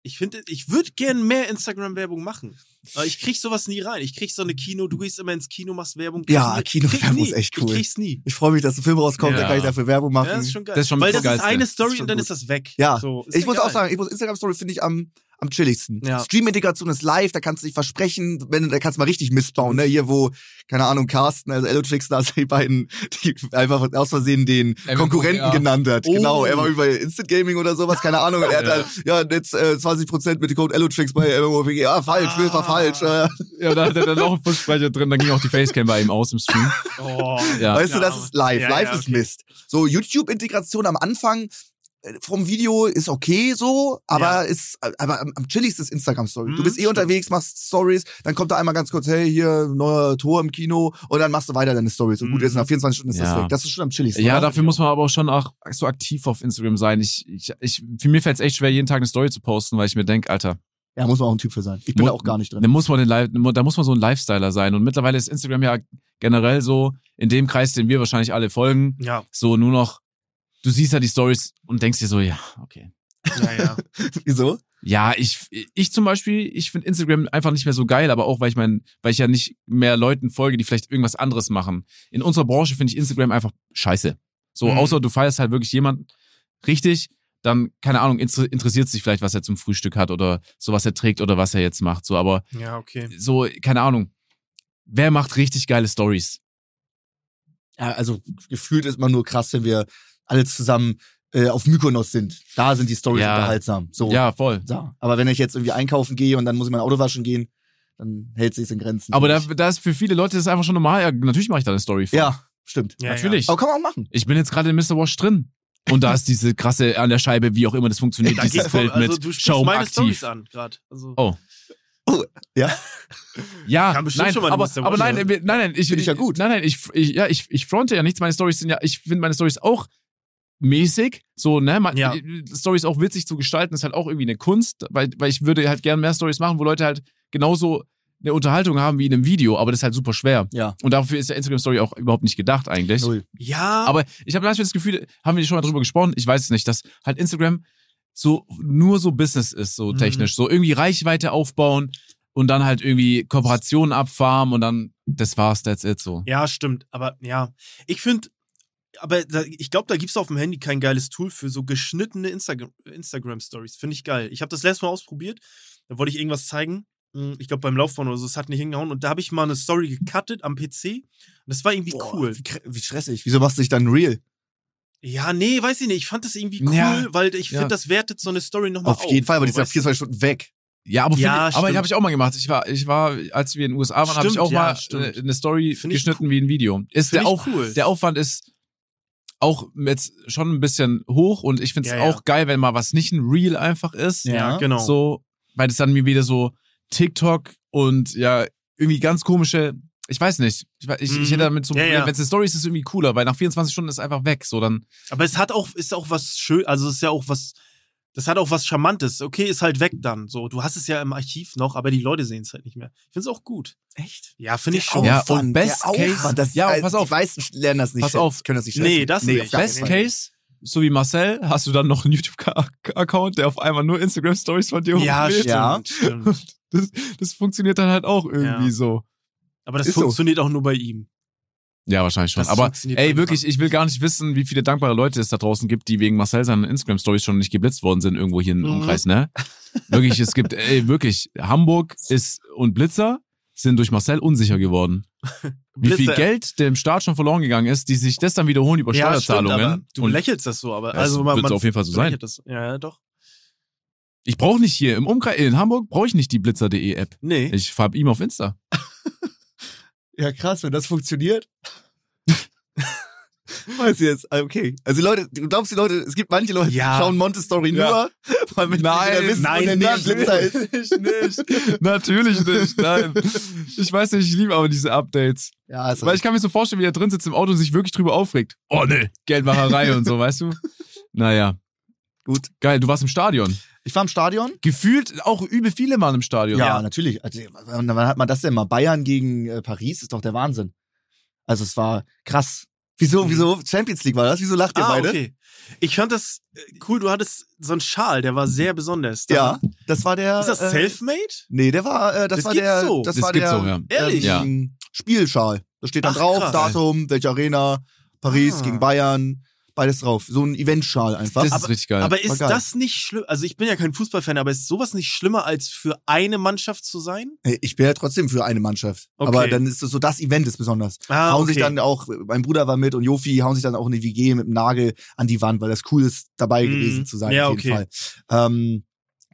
S1: Ich finde, ich würde gern mehr Instagram-Werbung machen. Aber ich krieg sowas nie rein. Ich krieg so eine Kino, du gehst immer ins Kino, machst Werbung. kriegst
S2: Ja,
S1: nie-
S2: Kino-Werbung
S1: krieg nie.
S2: ist echt cool.
S1: Ich krieg's nie.
S2: Ich freue mich, dass ein Film rauskommt,
S3: Ja.
S2: dann kann ich dafür Werbung machen.
S1: Ja, das ist schon geil.
S3: Das ist schon
S1: Weil
S3: das
S1: das ist
S3: Geilste.
S1: eine
S2: Das
S1: Story
S2: ist
S1: und dann
S2: gut.
S1: ist das weg.
S2: Ja.
S1: So, ist
S2: ich muss
S1: egal.
S2: auch sagen, ich muss Instagram-Story finde ich am, am chilligsten.
S1: Ja.
S2: Stream-Integration ist live, da kannst du dich versprechen, wenn du- da kannst du mal richtig missbauen, ne? Hier, wo, keine Ahnung, Carsten, also Elotrix, da die beiden, die einfach aus Versehen den
S3: MMO,
S2: Konkurrenten
S3: ja.
S2: genannt hat.
S1: Oh.
S2: Genau, er war über Instant Gaming oder sowas, keine Ahnung. Und er hat
S3: Ja.
S2: dann, ja, jetzt äh, 20% mit dem Code Elotrix bei MMORPG. Ja, falsch,
S1: Ah.
S2: will war falsch. Äh,
S3: Ja, da hat er dann auch einen Fußsprecher drin, dann ging auch die Facecam bei ihm aus im Stream.
S1: Oh,
S3: Ja.
S2: Weißt du, das
S1: aber-
S2: ist live.
S1: Ja,
S2: live
S1: ja,
S2: ist
S1: okay.
S2: Mist. So, YouTube-Integration am Anfang äh, vom Video ist okay so, aber
S1: Ja.
S2: ist äh, aber am, am chilligsten ist Instagram-Story. du
S1: Mhm,
S2: bist eh
S1: stimmt.
S2: unterwegs, machst Stories, dann kommt da einmal ganz kurz, hey, hier, neuer Tor im Kino und dann machst du weiter deine Stories. Und gut,
S1: Mhm.
S2: ist nach 24 Stunden ist das
S3: Ja.
S2: weg. Das ist schon am chilligsten.
S3: Ja,
S2: oder?
S3: dafür muss man aber auch schon auch so aktiv auf Instagram sein. Ich, ich, ich, für mir fällt es echt schwer, jeden Tag eine Story zu posten, weil ich mir denk, Alter,
S2: ja, muss man auch ein Typ für sein. Ich bin
S3: Mu- ne
S2: da auch gar nicht
S3: Da
S2: drin.
S3: muss man den, Li- da muss man so ein Lifestyler sein. Und mittlerweile ist Instagram ja generell so in dem Kreis, den wir wahrscheinlich alle folgen,
S1: Ja,
S3: so nur noch. Du siehst ja die Stories und denkst dir so, ja, okay.
S1: ja, ja.
S2: Wieso?
S3: Ja, ich, ich zum Beispiel, ich finde Instagram einfach nicht mehr so geil, aber auch, weil ich mein, weil ich ja nicht mehr Leuten folge, die vielleicht irgendwas anderes machen. In unserer Branche finde ich Instagram einfach scheiße. So,
S1: Mhm.
S3: außer du feierst halt wirklich jemanden richtig, dann, keine Ahnung, inter interessiert sich vielleicht, was er zum Frühstück hat oder so, was er trägt oder was er jetzt macht. So, aber
S1: Ja, okay.
S3: so, keine Ahnung. Wer macht richtig geile Stories?
S2: Ja, also gefühlt ist man nur krass, wenn wir alle zusammen äh, auf Mykonos sind. Da sind die Stories
S3: Ja.
S2: unterhaltsam. So.
S3: Ja, voll.
S2: Ja, aber wenn ich jetzt irgendwie einkaufen gehe und dann muss ich mein Auto waschen gehen, dann hält sich's in Grenzen.
S3: Aber da,
S2: finde
S3: da ist für viele Leute das einfach schon normal. Ja, natürlich mache ich da eine Story
S2: ich.
S3: von.
S2: ja, stimmt.
S1: Ja,
S3: natürlich.
S2: Aber kann man auch machen.
S3: Ich bin jetzt gerade in Mr. Wash drin. Und da ist diese krasse an der Scheibe, wie auch immer das funktioniert,
S1: Da
S3: dieses
S1: geht's voll-
S3: Bild
S1: also,
S3: mit
S1: du sprichst
S3: Schaum
S1: meine Stories
S3: aktiv.
S1: an gerade. Also,
S3: Oh. Ja,
S1: Kam bestimmt
S3: nein,
S1: schon mal in
S3: aber,
S1: Mr. Wash,
S3: aber nein,
S1: oder?
S3: wir- nein, nein, ich,
S2: Find ich ja gut.
S3: Nein, nein, ich, ich, ja, ich, ich fronte ja nichts. Meine Stories sind ja, ich finde meine Stories auch mäßig, so, ne, man,
S1: Ja.
S3: Stories auch witzig zu gestalten, ist halt auch irgendwie eine Kunst, weil, weil ich würde halt gern mehr Stories machen, wo Leute halt genauso eine Unterhaltung haben wie in einem Video, aber das ist halt super schwer.
S2: Ja.
S3: Und dafür ist der Instagram Story auch überhaupt nicht gedacht eigentlich.
S2: Null.
S1: Ja,
S3: Aber ich habe manchmal das Gefühl, haben wir schon mal drüber gesprochen, ich weiß es nicht, dass halt Instagram so nur so Business ist, so
S1: Mhm.
S3: technisch. So irgendwie Reichweite aufbauen und dann halt irgendwie Kooperationen abfarmen und dann das war's, that's it so.
S1: ja, stimmt. Aber ja, ich finde, aber da, ich glaube, da gibt's auf dem Handy kein geiles Tool für so geschnittene Instagram- Instagram-Stories. Finde ich geil. Ich habe das letzte Mal ausprobiert. Da wollte ich irgendwas zeigen. Hm, Ich glaube, beim Laufbahn oder so, es hat nicht hingehauen. Und da habe ich mal eine Story gecuttet am PC. Und das war irgendwie
S2: Boah,
S1: cool.
S2: Wie, kr- wie stressig. Wieso machst du dich dann real?
S1: Ja, nee, weiß ich nicht. Ich fand das irgendwie cool,
S3: Ja.
S1: weil ich
S3: Ja.
S1: finde, das wertet so eine Story nochmal auf.
S2: Auf jeden Fall, weil die
S1: so,
S2: sind ja
S1: weißt du?
S2: 24 Stunden weg.
S3: Ja,
S1: Ja,
S3: aber, finde- aber
S1: stimmt.
S3: habe ich auch mal gemacht. Ich war, ich war, als wir in den USA waren, habe ich
S1: Stimmt,
S3: auch
S1: ja,
S3: mal
S1: stimmt.
S3: äh, eine Story
S1: Finde ich
S3: geschnitten wie ein Video.
S1: Finde
S3: Ist der,
S1: ich
S3: Auf,
S1: cool.
S3: der Aufwand ist auch jetzt schon ein bisschen hoch und ich finde es
S1: Ja, ja.
S3: auch geil, wenn mal was nicht ein Real einfach ist.
S1: ja,
S2: Ja.
S1: genau.
S3: So, weil das dann mir wieder so TikTok und ja, irgendwie ganz komische Ich weiß nicht. Ich, we- ich, ich
S1: Mhm.
S3: hätte damit so,
S1: Ja, ja.
S3: wenn es eine Story ist, ist es irgendwie cooler, weil nach 24 Stunden ist es einfach weg. So, dann,
S1: Aber es hat auch, ist auch was schön, also es ist ja auch was, das hat auch was Charmantes. Okay, ist halt weg dann. So, du hast es ja im Archiv noch, aber die Leute sehen es halt nicht mehr. Ich finde es auch gut.
S2: Echt?
S1: Ja, finde ich schon.
S3: Ja, und best
S2: der Aufwand,
S3: case-
S2: Das,
S3: Ja, und
S2: äh,
S3: pass auf.
S2: Die meisten lernen das nicht.
S3: Pass auf.
S2: schätzen, Können das nicht
S1: Nee,
S2: schätzen.
S1: das nicht.
S2: auf gar keinen
S3: Best
S2: Fall.
S3: Case, so wie Marcel, hast du dann noch einen YouTube-Account, der auf einmal nur Instagram-Stories von dir
S1: Ja,
S3: hochlädt.
S1: stimmt,
S2: Ja.
S1: stimmt.
S3: Das, das funktioniert dann halt auch irgendwie
S1: Ja.
S3: so.
S1: Aber das
S2: Ist so.
S1: funktioniert auch nur bei ihm.
S3: Ja, wahrscheinlich schon.
S1: Das
S3: Aber
S1: funktioniert bei
S3: ey,
S1: ihm
S3: wirklich,
S1: dann.
S3: ich will gar nicht wissen, wie viele dankbare Leute es da draußen gibt, die wegen Marcel seinen Instagram-Stories schon nicht geblitzt worden sind, irgendwo hier im
S1: Mhm.
S3: Umkreis, ne? Wirklich, es gibt, ey, wirklich, Hamburg ist und Blitzer sind durch Marcel unsicher geworden. Wie viel
S1: Blitzer-
S3: Geld dem Staat schon verloren gegangen ist, die sich das dann wiederholen über
S1: Ja, stimmt,
S3: Steuerzahlungen.
S1: aber du
S3: Und
S1: lächelst das so, aber
S3: Das
S1: also man,
S3: wird's
S1: man
S3: auf jeden Fall so sein.
S1: lächelt Das. Ja, ja, doch.
S3: ich brauche nicht hier im Umkreis, in Hamburg brauche ich nicht die Blitzer.de App.
S1: Nee.
S3: Ich fahr ihm auf Insta.
S2: Ja, krass, wenn das funktioniert. Weiß ich jetzt, okay. Also die Leute, du glaubst die Leute, es gibt manche Leute, die
S1: Ja.
S2: schauen Montessori
S3: Ja.
S2: nur, weil
S3: Nein,
S2: wir wissen,
S1: nein,
S2: wo der
S1: nein,
S2: nächste Blitzer ist.
S3: nicht. Natürlich nicht. Nein. Ich weiß nicht, ich liebe aber diese Updates.
S2: Ja, also, ist
S3: Weil ich kann mir so vorstellen, wie er drin sitzt im Auto und sich wirklich drüber aufregt. Oh ne, Geldmacherei und so, weißt du? Naja.
S2: Gut.
S3: Geil, du warst im Stadion.
S2: Ich war im Stadion.
S3: Gefühlt auch übel viele waren im Stadion.
S2: Ja, natürlich. Also, wann wann hat man das denn mal? Bayern gegen äh, Paris ist doch der Wahnsinn. Also es war krass. Wieso, wieso Champions League war das? Wieso lacht ihr
S1: Mhm. ah,
S2: beide?
S1: okay. Ich fand das äh, cool, du hattest so einen Schal, der war sehr besonders.
S2: Ja, das war der.
S1: Ist das
S2: äh,
S1: self-made?
S2: Nee, der war, äh, das,
S1: Das
S2: war
S1: gibt's
S2: der,
S1: so.
S2: das,
S3: Das
S2: war
S3: gibt's
S2: der
S3: so, ja.
S1: Ehrlich?
S2: ähm, Spielschal. Da steht dann
S1: Ach,
S2: drauf,
S1: krass.
S2: Datum, welche Arena, Paris
S1: Ah.
S2: gegen Bayern, beides drauf. So ein Eventschal einfach.
S3: Das
S2: Aber
S3: ist richtig geil.
S1: Aber ist
S2: geil.
S1: das nicht schlimm? Also ich bin ja kein Fußballfan, aber ist sowas nicht schlimmer, als für eine Mannschaft zu sein?
S2: Hey, ich bin ja trotzdem für eine Mannschaft.
S1: Okay.
S2: Aber dann ist es so, das Event ist besonders.
S1: Ah,
S2: hauen sich dann auch, mein Bruder war mit und Jofi hauen sich dann auch in die WG mit dem Nagel an die Wand, weil das cool ist, dabei
S1: Mhm.
S2: gewesen zu sein,
S1: Ja,
S2: auf jeden
S1: okay.
S2: Fall. Ähm,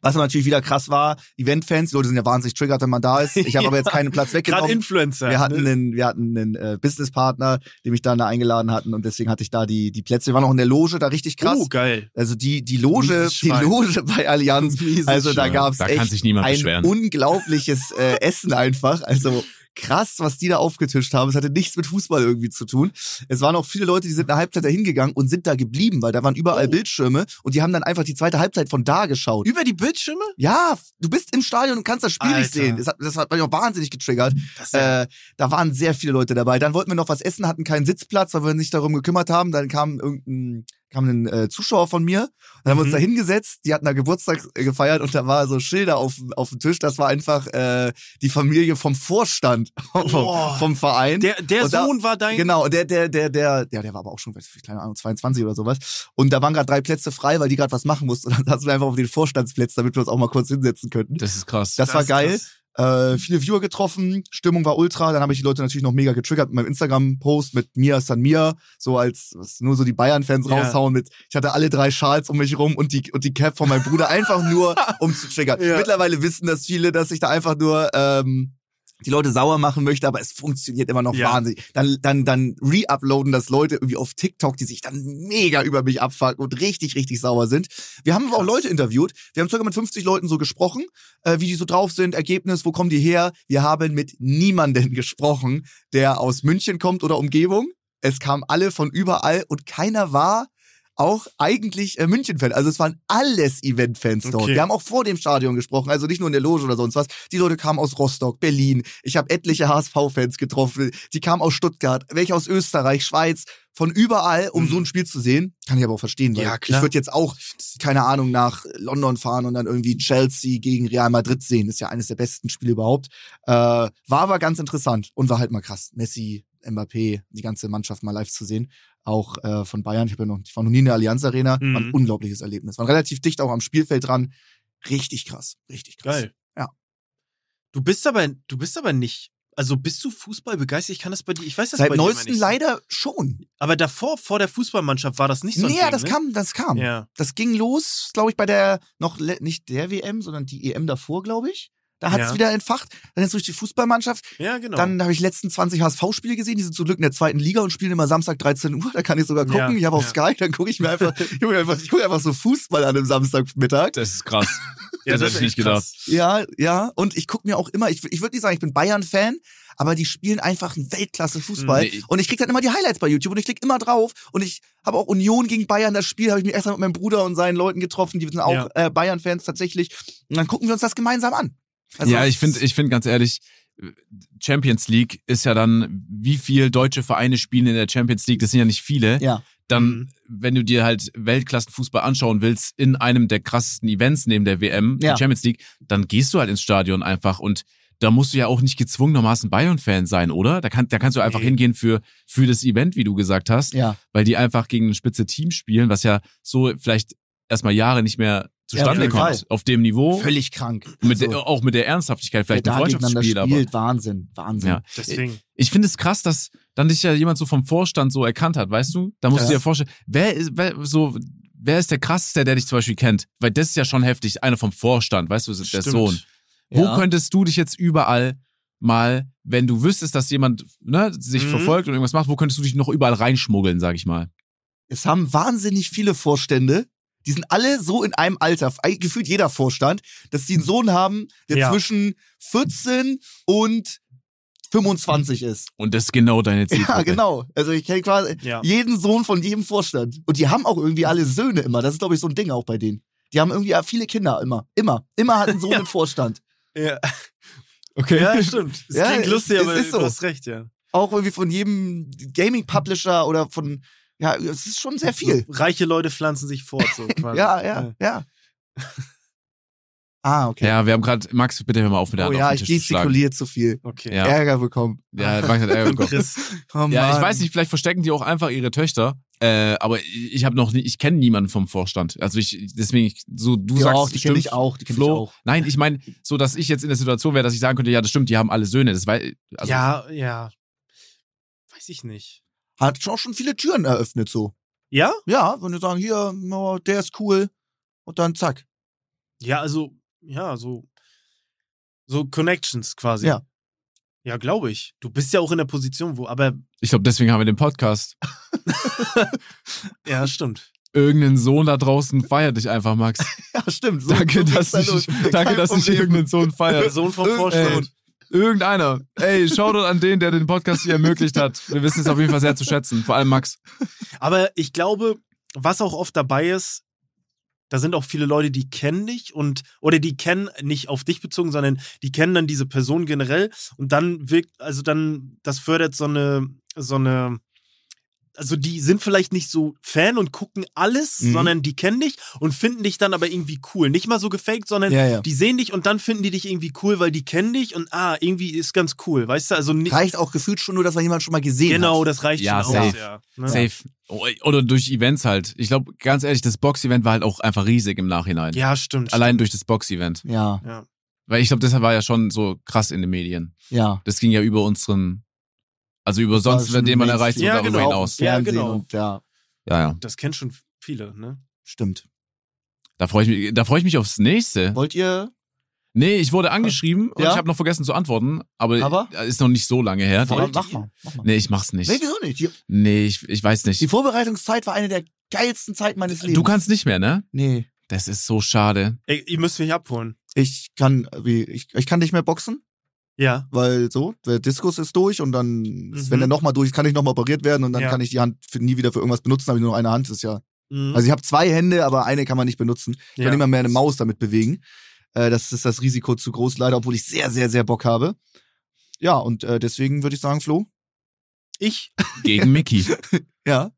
S2: was aber natürlich wieder krass war, Eventfans, die Leute sind ja wahnsinnig triggert, wenn man da ist. Ich habe aber jetzt keinen Platz
S1: Gerade
S2: weggenommen.
S1: Influencer.
S2: Wir hatten
S1: ne?
S2: einen, wir hatten einen äh, Businesspartner, den mich da eingeladen hatten und deswegen hatte ich da die, die Plätze. Wir waren auch in der Loge da richtig krass.
S1: Oh, geil.
S2: Also die, die Loge,
S1: Mieses
S2: die
S1: Schwein.
S2: Loge bei Allianz.
S1: Mieses
S2: Also da
S3: Schwein.
S2: gab's
S3: Da kann
S2: echt
S3: sich niemand
S2: ein
S3: beschweren.
S2: unglaubliches äh, Essen einfach. Also krass, was die da aufgetischt haben. Es hatte nichts mit Fußball irgendwie zu tun. Es waren auch viele Leute, die sind in der Halbzeit da hingegangen und sind da geblieben, weil da waren überall
S1: Oh.
S2: Bildschirme und die haben dann einfach die zweite Halbzeit von da geschaut.
S1: Über die Bildschirme?
S2: Ja, du bist im Stadion und kannst das Spiel nicht
S1: Alter.
S2: sehen. Das hat, das hat mich auch wahnsinnig getriggert.
S1: Das ist ja-
S2: Äh, da waren sehr viele Leute dabei. Dann wollten wir noch was essen, hatten keinen Sitzplatz, weil wir uns nicht darum gekümmert haben. Dann kam irgendein kam ein äh, Zuschauer von mir. Dann haben wir uns
S1: Mhm.
S2: da hingesetzt. Die hatten da Geburtstag äh, gefeiert und da war so Schilder auf, auf dem Tisch. Das war einfach äh, die Familie vom Vorstand vom,
S1: Oh.
S2: vom Verein.
S1: der der
S2: und da-
S1: Sohn war dein.
S2: Genau, der, der, der, der, der, der war aber auch schon, weiß ich, keine Ahnung, 22 oder sowas. Und da waren gerade drei Plätze frei, weil die gerade was machen mussten. Und dann saßen wir einfach auf den Vorstandsplätzen, damit wir uns auch mal kurz hinsetzen könnten.
S3: das ist krass.
S2: Das, war
S1: ist
S2: geil.
S1: krass.
S2: Äh, viele Viewer getroffen, Stimmung war ultra, dann habe ich die Leute natürlich noch mega getriggert mit meinem Instagram-Post mit Mia San Mia, so als was nur so die Bayern-Fans
S1: Ja.
S2: raushauen mit, ich hatte alle drei Schals um mich rum und die, und die Cap von meinem Bruder einfach nur, um zu triggern.
S1: Ja.
S2: Mittlerweile wissen das viele, dass ich da einfach nur ähm, die Leute sauer machen möchte, aber es funktioniert immer noch
S1: Ja.
S2: wahnsinnig. Dann, dann, dann re-uploaden das Leute irgendwie auf TikTok, die sich dann mega über mich abfucken und richtig, richtig sauer sind. Wir haben aber auch Leute interviewt. Wir haben circa mit 50 Leuten so gesprochen, äh, wie die so drauf sind, Ergebnis, wo kommen die her. Wir haben mit niemanden gesprochen, der aus München kommt oder Umgebung. Es kamen alle von überall und keiner war auch eigentlich äh, München-Fan. Also es waren alles Event-Fans dort.
S1: Okay.
S2: Wir haben auch vor dem Stadion gesprochen, also nicht nur in der Loge oder sonst was. Die Leute kamen aus Rostock, Berlin. Ich habe etliche HSV-Fans getroffen. Die kamen aus Stuttgart, welche aus Österreich, Schweiz, von überall, um
S1: Mhm.
S2: so ein Spiel zu sehen. Kann ich aber auch verstehen, weil
S1: Ja,
S2: ich
S1: klar.
S2: würde jetzt auch, keine Ahnung, nach London fahren und dann irgendwie Chelsea gegen Real Madrid sehen. Ist ja eines der besten Spiele überhaupt. Äh, war aber ganz interessant und war halt mal krass. Messi, Mbappé, die ganze Mannschaft mal live zu sehen. Auch äh, von Bayern. Ich, hab ja noch, ich war noch nie in der Allianz Arena.
S1: Mhm.
S2: War ein unglaubliches Erlebnis. War relativ dicht auch am Spielfeld dran. Richtig krass. Richtig krass.
S1: Geil.
S2: Ja.
S1: Du bist aber, du bist aber nicht. Also bist du Fußball begeistert? Ich kann das bei dir. Ich weiß das bei
S2: Seit
S1: dir immer
S2: neuestem
S1: nicht.
S2: leider schon.
S1: Aber davor, vor der Fußballmannschaft, war das nicht so. ein
S2: Nee, ja,
S1: Ding,
S2: das
S1: ne?
S2: kam, das kam.
S1: Ja.
S2: Das ging los, glaube ich, bei der, noch le- nicht der WM, sondern die EM davor, glaube ich. Da hat es
S1: Ja.
S2: wieder entfacht. Dann ist durch die Fußballmannschaft.
S1: ja, genau.
S2: Dann habe ich die letzten 20 HSV-Spiele gesehen. Die sind zum Glück in der zweiten Liga und spielen immer Samstag 13 Uhr. Da kann ich sogar gucken.
S1: Ja,
S2: Ich habe auf
S1: ja.
S2: Sky, dann gucke ich mir einfach, ich gucke einfach, ich guck einfach so Fußball an einem Samstagmittag.
S3: das ist krass.
S1: Ja,
S3: Das hätte ich
S1: ist
S3: nicht
S1: echt
S3: gedacht.
S1: krass.
S2: Ja, ja. Und ich gucke mir auch immer, ich, ich würde nicht sagen, ich bin Bayern-Fan, aber die spielen einfach einen Weltklasse-Fußball.
S3: Nee.
S2: Und ich krieg dann immer die Highlights bei YouTube und ich klicke immer drauf. Und ich habe auch Union gegen Bayern, das Spiel habe ich mich extra mit meinem Bruder und seinen Leuten getroffen, die sind auch
S1: Ja.
S2: äh, Bayern-Fans tatsächlich. Und dann gucken wir uns das gemeinsam an. Also,
S3: ja, ich finde, ich finde ganz ehrlich, Champions League ist ja dann, wie viel deutsche Vereine spielen in der Champions League? Das sind ja nicht viele.
S2: Ja.
S3: Dann,
S1: Mhm.
S3: wenn du dir halt Weltklassenfußball anschauen willst in einem der krassesten Events neben der WM,
S2: Ja.
S3: der Champions League, dann gehst du halt ins Stadion einfach und da musst du ja auch nicht gezwungenermaßen Bayern-Fan sein, oder? Da, kann, da kannst du einfach
S1: Nee.
S3: hingehen für, für das Event, wie du gesagt hast,
S2: Ja.
S3: weil die einfach gegen ein spitze Team spielen, was ja so vielleicht erstmal Jahre nicht mehr zustande
S2: jeden
S3: kommt.
S2: Fall.
S3: Auf dem Niveau.
S2: Völlig krank.
S3: Mit
S2: Also,
S3: der, auch mit der Ernsthaftigkeit, vielleicht
S2: wer
S3: ein
S2: da gegeneinander
S3: Freundschaftsspiel, aber
S2: spielt, Wahnsinn, Wahnsinn.
S3: Ja.
S1: Deswegen.
S3: ich finde es krass, dass dann dich ja jemand so vom Vorstand so erkannt hat, weißt du? Da musst du
S2: Ja.
S3: dir vorstellen, wer ist, wer, so, wer ist der krasseste, der dich zum Beispiel kennt? Weil das ist ja schon heftig, einer vom Vorstand, weißt du, der
S1: Stimmt.
S3: Sohn. Wo
S2: Ja.
S3: könntest du dich jetzt überall mal, wenn du wüsstest, dass jemand ne, sich
S1: Mhm.
S3: verfolgt und irgendwas macht, wo könntest du dich noch überall reinschmuggeln, sag ich mal?
S2: Es haben wahnsinnig viele Vorstände. Die sind alle so in einem Alter, eigentlich gefühlt jeder Vorstand, dass die einen Sohn haben, der
S1: Ja.
S2: zwischen 14 und 25 ist.
S3: Und das ist genau deine Zielgruppe.
S2: Ja, genau. Also ich kenne quasi
S1: Ja.
S2: jeden Sohn von jedem Vorstand. Und die haben auch irgendwie alle Söhne immer. Das ist, glaube ich, so ein Ding auch bei denen. Die haben irgendwie viele Kinder immer. Immer. Immer hat ein Sohn einen Vorstand.
S1: Ja.
S2: Okay.
S1: ja, stimmt. Es
S2: Ja,
S1: klingt lustig,
S2: es- es
S1: aber
S2: ist so.
S1: du hast recht, ja.
S2: Auch irgendwie von jedem Gaming-Publisher oder von. Ja, es ist schon
S1: Hm.
S2: sehr viel.
S1: Reiche Leute pflanzen sich fort, so quasi.
S2: Ja, ja, ja. ah, okay.
S3: Ja, wir haben gerade, Max, bitte hör mal auf mit der
S2: oh
S3: Hand
S2: ja,
S3: auf
S2: ich
S3: den Tisch zu schlagen.
S2: gestikuliere zu viel.
S1: Okay.
S3: Ja.
S2: Ärger bekommen.
S3: Ja, Max hat Ärger bekommen.
S1: Chris.
S2: Oh,
S3: Ja, ich
S2: Mann.
S3: weiß nicht, vielleicht verstecken die auch einfach ihre Töchter. Äh, aber ich habe noch nie, ich kenne niemanden vom Vorstand. Also ich, deswegen, ich, so du
S2: Die auch,
S3: sagst,
S2: die
S3: stimmt,
S2: kenne ich auch. Die kenn ich
S3: Flo.
S2: auch.
S3: Nein, ich meine, so dass ich jetzt in der Situation wäre, dass ich sagen könnte, ja, das stimmt, die haben alle Söhne. Das war, also,
S1: ja, ja. Weiß ich nicht.
S2: Hat schon, schon viele Türen eröffnet so.
S1: Ja?
S2: Ja, wenn du sagen, hier, oh, der ist cool. Und dann zack.
S1: Ja, also, ja, so. So Connections quasi.
S2: Ja.
S1: Ja, glaube ich. Du bist ja auch in der Position, wo, aber.
S3: ich glaube, deswegen haben wir den Podcast.
S1: Ja, stimmt.
S3: Irgendein Sohn da draußen feiert dich einfach, Max.
S2: Ja, stimmt. So,
S3: Danke,
S2: so geht's
S3: dass
S2: da
S3: ich,
S2: los.
S3: danke,
S2: Kein
S3: dass ich
S2: Problem.
S3: irgendeinen Sohn feiere.
S1: Person vom
S2: Äh, Irgend- äh,
S1: Vorstand.
S3: Irgendeiner. Ey, Shoutout an den, der den Podcast hier ermöglicht hat. Wir wissen es auf jeden Fall sehr zu schätzen. Vor allem Max.
S1: Aber ich glaube, was auch oft dabei ist, da sind auch viele Leute, die kennen dich und oder die kennen nicht auf dich bezogen, sondern die kennen dann diese Person generell und dann wirkt, also dann, das fördert so eine, so eine, also die sind vielleicht nicht so Fan und gucken alles,
S2: Mhm.
S1: sondern die kennen dich und finden dich dann aber irgendwie cool. Nicht mal so gefaked, sondern
S2: Ja, ja.
S1: die sehen dich und dann finden die dich irgendwie cool, weil die kennen dich und ah, irgendwie ist ganz cool, weißt du? Also nicht,
S2: Reicht auch gefühlt schon nur, dass man jemanden schon mal gesehen
S1: genau,
S2: hat.
S1: das reicht
S3: Ja,
S1: schon aus.
S3: safe.
S1: Ja, ne?
S3: Safe. Oh, Oder durch Events halt. Ich glaube, ganz ehrlich, das Box-Event war halt auch einfach riesig im Nachhinein.
S1: ja stimmt.
S3: Allein durch das Box-Event.
S2: Ja,
S1: stimmt. Ja.
S3: Weil ich glaube, das war ja schon so krass in den Medien.
S2: ja.
S3: Das ging ja über unseren, also über
S2: war
S3: sonst,
S2: schon
S3: den man
S2: Mainstream.
S3: erreicht,
S1: Ja,
S3: sogar darüber
S1: genau.
S3: hinaus.
S1: Ja,
S2: Fernsehen
S1: genau.
S2: Und, ja,
S3: Ja, ja.
S1: Das kennen schon viele, ne?
S2: stimmt.
S3: Da freue ich mich, da freue ich mich aufs nächste.
S2: Wollt ihr?
S3: Nee, ich wurde angeschrieben und
S2: Ja?
S3: ich habe noch vergessen zu antworten, aber,
S2: Aber?
S3: ist noch nicht so lange her.
S2: Mach mal.
S1: Wollt
S2: Mach
S1: ihr?
S2: mal. Mach mal.
S3: Äh, Nee, ich mach's nicht.
S2: Nee, wieso nicht? Die,
S3: Nee, ich, ich weiß
S2: die
S3: nicht.
S2: Vorbereitungszeit war eine der geilsten Zeiten meines Lebens.
S3: Du kannst nicht mehr, ne?
S2: Nee.
S3: Das ist so schade.
S1: Ey, ihr müsst mich abholen.
S2: Ich kann, wie, ich, ich kann nicht mehr boxen,
S1: Ja.
S2: weil so, der Diskus ist durch und dann, ist- wenn
S1: Mhm.
S2: der nochmal durch ist, kann ich nochmal operiert werden und dann
S1: Ja.
S2: kann ich die Hand für, nie wieder für irgendwas benutzen, habe ich nur noch eine Hand, ist ja.
S1: Mhm.
S2: Also ich habe zwei Hände, aber eine kann man nicht benutzen. Ich
S1: ja.
S2: kann immer mehr eine Maus damit bewegen. Äh, das ist das Risiko zu groß, leider, obwohl ich sehr, sehr, sehr Bock habe. Ja, und äh, deswegen würde ich sagen, Flo,
S1: ich.
S3: Gegen Mickey.
S2: ja.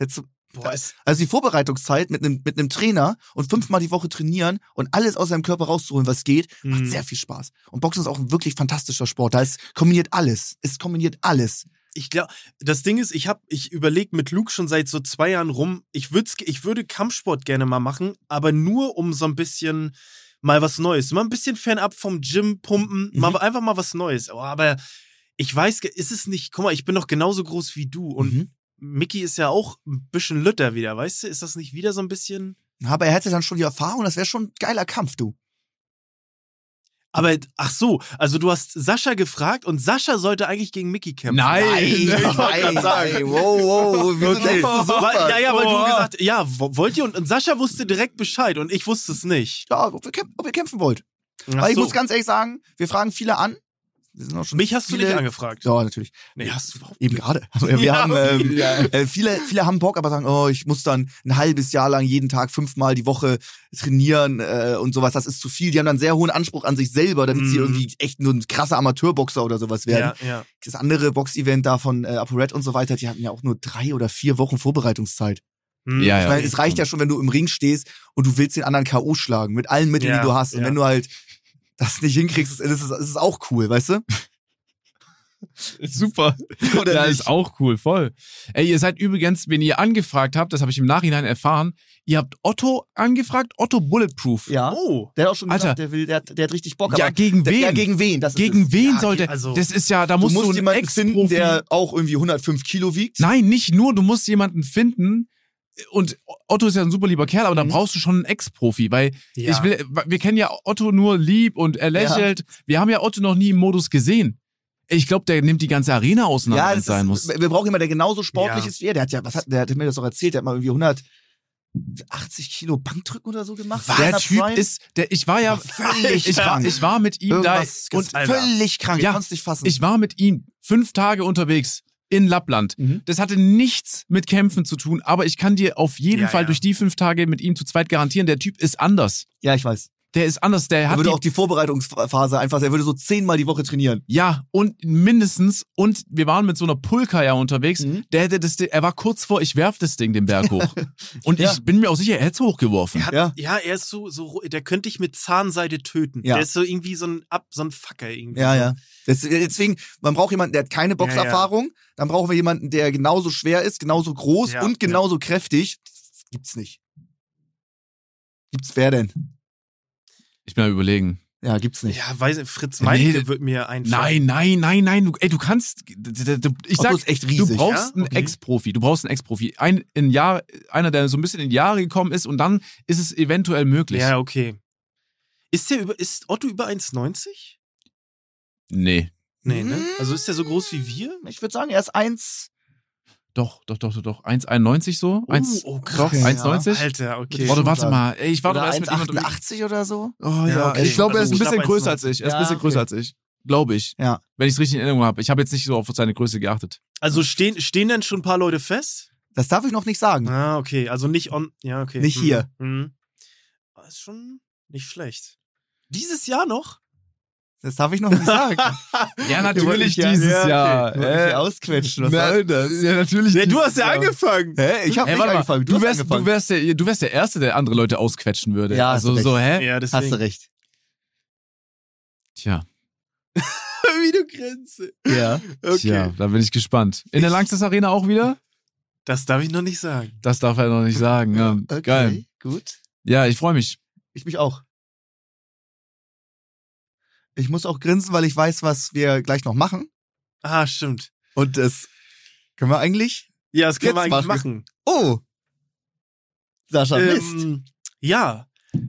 S2: Jetzt,
S1: Boah, es,
S2: also die Vorbereitungszeit mit einem mit einem Trainer und fünfmal die Woche trainieren und alles aus seinem Körper rauszuholen, was geht, Macht
S1: mh.
S2: sehr viel Spaß. Und Boxen ist auch ein wirklich fantastischer Sport. Da ist, kombiniert alles. Es kombiniert alles.
S1: ich glaube, das Ding ist, ich habe, ich überlege mit Luke schon seit so zwei Jahren rum. Ich würde, ich würde Kampfsport gerne mal machen, aber nur um so ein bisschen mal was Neues, mal ein bisschen fernab vom Gym pumpen,
S2: Mhm.
S1: mal einfach mal was Neues. Oh, aber ich weiß, ge- ist es nicht. Guck mal, ich bin noch genauso groß wie du und
S2: Mhm.
S1: Mickey ist ja auch ein bisschen Lütter wieder, weißt du? Ist das nicht wieder so ein bisschen?
S2: Aber er hätte dann schon die Erfahrung, das wäre schon ein geiler Kampf, du.
S1: Aber ach so, also du hast Sascha gefragt und Sascha sollte eigentlich gegen Mickey kämpfen.
S3: Nein!
S1: ich wollte
S2: nein,
S1: gerade sagen.
S2: nein, wow, wow, wieso
S1: Okay.
S2: denkst du so
S1: Weil,
S2: was?
S1: ja, ja, weil du
S3: Boah.
S1: gesagt ja, wo- wollt ihr? Und, und Sascha wusste direkt Bescheid und ich wusste es nicht.
S2: Ja, ob ihr, kämp ob ihr kämpfen wollt.
S1: Ach
S2: Weil ich
S1: so.
S2: muss ganz ehrlich sagen, wir fragen viele an. Wir sind auch schon
S1: Mich hast du nicht
S2: viele-
S1: angefragt.
S2: Ja, natürlich. Äh,
S1: Nee, hast du überhaupt
S2: Eben gerade. Also, wir
S1: Ja,
S2: haben
S1: okay.
S2: ähm, äh, viele, viele haben Bock, aber sagen, oh, ich muss dann ein halbes Jahr lang jeden Tag fünfmal die Woche trainieren äh, und sowas. Das ist zu viel. Die haben dann einen sehr hohen Anspruch an sich selber, damit sie
S1: Mhm.
S2: irgendwie echt nur ein krasser Amateurboxer oder sowas werden.
S1: Ja, ja.
S2: Das andere Boxevent da von äh, ApoRed und so weiter, die hatten ja auch nur drei oder vier Wochen Vorbereitungszeit.
S1: Hm.
S3: Ja, ja.
S2: Ich meine, es reicht ja schon, wenn du im Ring stehst und du willst den anderen K.O. schlagen mit allen Mitteln,
S1: Ja,
S2: die du hast. Und
S1: ja.
S2: wenn du halt das nicht hinkriegst, ist ist es ist es auch cool, weißt du?
S3: Super.
S2: Oder
S3: ja,
S2: nicht?
S3: ist auch cool, voll. Ey, ihr seid übrigens, wenn ihr angefragt habt, das habe ich im Nachhinein erfahren, ihr habt Otto angefragt, Otto Bulletproof.
S2: Ja.
S1: Oh.
S2: Der hat auch schon
S3: Alter.
S2: gesagt, der will, der hat, der hat richtig Bock.
S3: Ja,
S2: aber
S3: gegen
S2: der,
S3: wen?
S2: ja, gegen wen? Das
S3: Gegen
S2: ist es.
S3: wen
S1: Ja,
S3: sollte.
S1: ge- also-
S3: das ist ja, da musst du,
S2: musst
S3: einen
S2: jemanden finden,
S3: Ex-Profi.
S2: der auch irgendwie 105 Kilo wiegt.
S3: Nein, nicht nur, du musst jemanden finden. Und Otto ist ja ein super lieber Kerl, aber
S2: Mhm.
S3: da brauchst du schon einen Ex-Profi, weil
S1: Ja.
S3: ich will, wir kennen ja Otto nur lieb und er lächelt. Wir haben ja Otto noch nie im Modus gesehen. Ich glaube, der nimmt die ganze Arena auseinander,
S2: ja,
S3: wenn
S2: das
S3: es sein muss.
S2: ist, wir brauchen jemanden, der genauso sportlich
S1: Ja.
S2: ist wie er. Der hat ja, was hat, der hat mir das doch erzählt, der hat mal irgendwie 180 Kilo Bankdrücken oder so gemacht.
S3: Der
S2: Werner
S3: Typ
S2: Prime.
S3: ist, der, ich war ja,
S2: völlig
S3: ich, war,
S2: krank.
S3: ich war mit ihm
S2: Irgendwas
S3: da und
S2: ganz völlig krank.
S3: Ja,
S2: ich konnte nicht fassen.
S3: ich war mit ihm fünf Tage unterwegs in Lappland.
S2: Mhm.
S3: Das hatte nichts mit Kämpfen zu tun, aber ich kann dir auf jeden
S1: Ja,
S3: Fall
S1: ja.
S3: durch die fünf Tage mit ihm zu zweit garantieren, der Typ ist anders.
S2: ja, ich weiß.
S3: Der ist anders, der
S2: Er
S3: hat
S2: würde
S3: die
S2: auch die Vorbereitungsphase einfach, er würde so zehnmal die Woche trainieren.
S3: Ja, und mindestens, und wir waren mit so einer Pulka ja unterwegs,
S2: Mhm.
S3: der hätte das Ding, er war kurz vor, ich werf das Ding den Berg hoch. und
S2: Ja.
S3: ich bin mir auch sicher, er hätte es hochgeworfen.
S1: Hat,
S2: Ja.
S1: ja. er ist so, so, ro- der könnte dich mit Zahnseide töten.
S2: Ja.
S1: Der ist so irgendwie so ein, Ab, so ein Facker irgendwie.
S3: ne?
S2: Ja, ja. Das, deswegen, man braucht jemanden, der hat keine Boxerfahrung. Dann brauchen wir jemanden, der genauso schwer ist, genauso groß
S1: Ja,
S2: und genauso kräftig. Gibt's nicht. Gibt's wer denn?
S3: Ich bin am überlegen.
S2: Ja, gibt's nicht.
S1: Ja, weiß nicht, Fritz
S3: Nee,
S1: Meinke
S3: das-
S1: wird mir einfallen.
S3: Nein, nein, nein, nein, du, ey, du kannst, d- d- d- ich
S2: Otto
S3: sag,
S2: ist echt riesig.
S3: du brauchst
S1: ja?
S3: einen
S1: Okay.
S3: Ex-Profi, du brauchst einen Ex-Profi. Ein, in Jahr, einer, der so ein bisschen in die Jahre gekommen ist und dann ist es eventuell möglich.
S1: Ja, okay. Ist der über, ist Otto über 1,90?
S3: Nee.
S1: Nee, ne?
S2: Mhm.
S1: Also ist der so groß wie wir?
S2: ich würde sagen, er ist eins.
S3: Doch, doch, doch, doch, doch. 1,91 so?
S1: Oh,
S3: 1,
S1: oh,
S3: doch,
S1: krass.
S2: Ja.
S3: 1,90?
S1: Alter, okay.
S3: Warte,
S2: Schon
S3: warte
S2: klar.
S3: mal. Ey, ich war doch
S2: oder
S3: erst mit jemandem. unterwegs.
S2: 1,88 oder so.
S3: Oh
S1: Ja, okay.
S3: Ich glaube, er ist
S1: Also,
S3: ein
S1: ich
S3: bisschen
S1: glaub, 1,90.
S3: größer als ich. Er ist ein
S2: Ja,
S3: bisschen
S2: okay.
S3: größer als ich. Glaube ich.
S2: Ja.
S3: Wenn ich es richtig in Erinnerung habe. Ich habe jetzt nicht so auf seine Größe geachtet.
S1: Also stehen, stehen denn schon ein paar Leute fest?
S2: Das darf ich noch nicht sagen.
S1: Ah, okay. Also nicht on. Ja, okay.
S2: Nicht hier.
S1: Mhm. Ah, Ist schon nicht schlecht. Dieses Jahr noch?
S2: Das darf ich noch nicht sagen.
S3: Ja,
S2: Du wolltest ja- ja, okay. Du wolltest ja ausquetschen. Was soll
S3: das? Ja, natürlich.
S1: du hast ja
S2: angefangen. Hä? Ich habe
S3: Hey,
S2: nicht
S3: warte mal,
S2: angefangen.
S3: du,
S2: hast
S3: wärst,
S2: angefangen.
S3: du, wärst der, du wärst der Erste, der andere Leute ausquetschen würde.
S2: Ja, hast
S3: also
S2: du
S3: so, hä?
S1: Ja,
S2: Hast
S1: deswegen.
S2: du recht.
S3: Tja,
S1: Wie du grinst.
S2: Ja.
S3: tja, da bin ich gespannt. In der Langsess Arena auch wieder?
S1: Das darf ich noch nicht sagen.
S3: Das darf er noch nicht sagen. Ja,
S2: Okay,
S3: Geil.
S2: gut.
S3: Ja, ich freue mich.
S2: Ich mich auch. Ich muss auch grinsen, weil ich weiß, was wir gleich noch machen.
S1: Ah, stimmt.
S2: Und das können wir eigentlich.
S1: Ja, das können
S2: Jetzt
S1: wir eigentlich
S2: mach ich-
S1: machen.
S2: Oh! Sascha, Mist.
S1: Ähm, ja,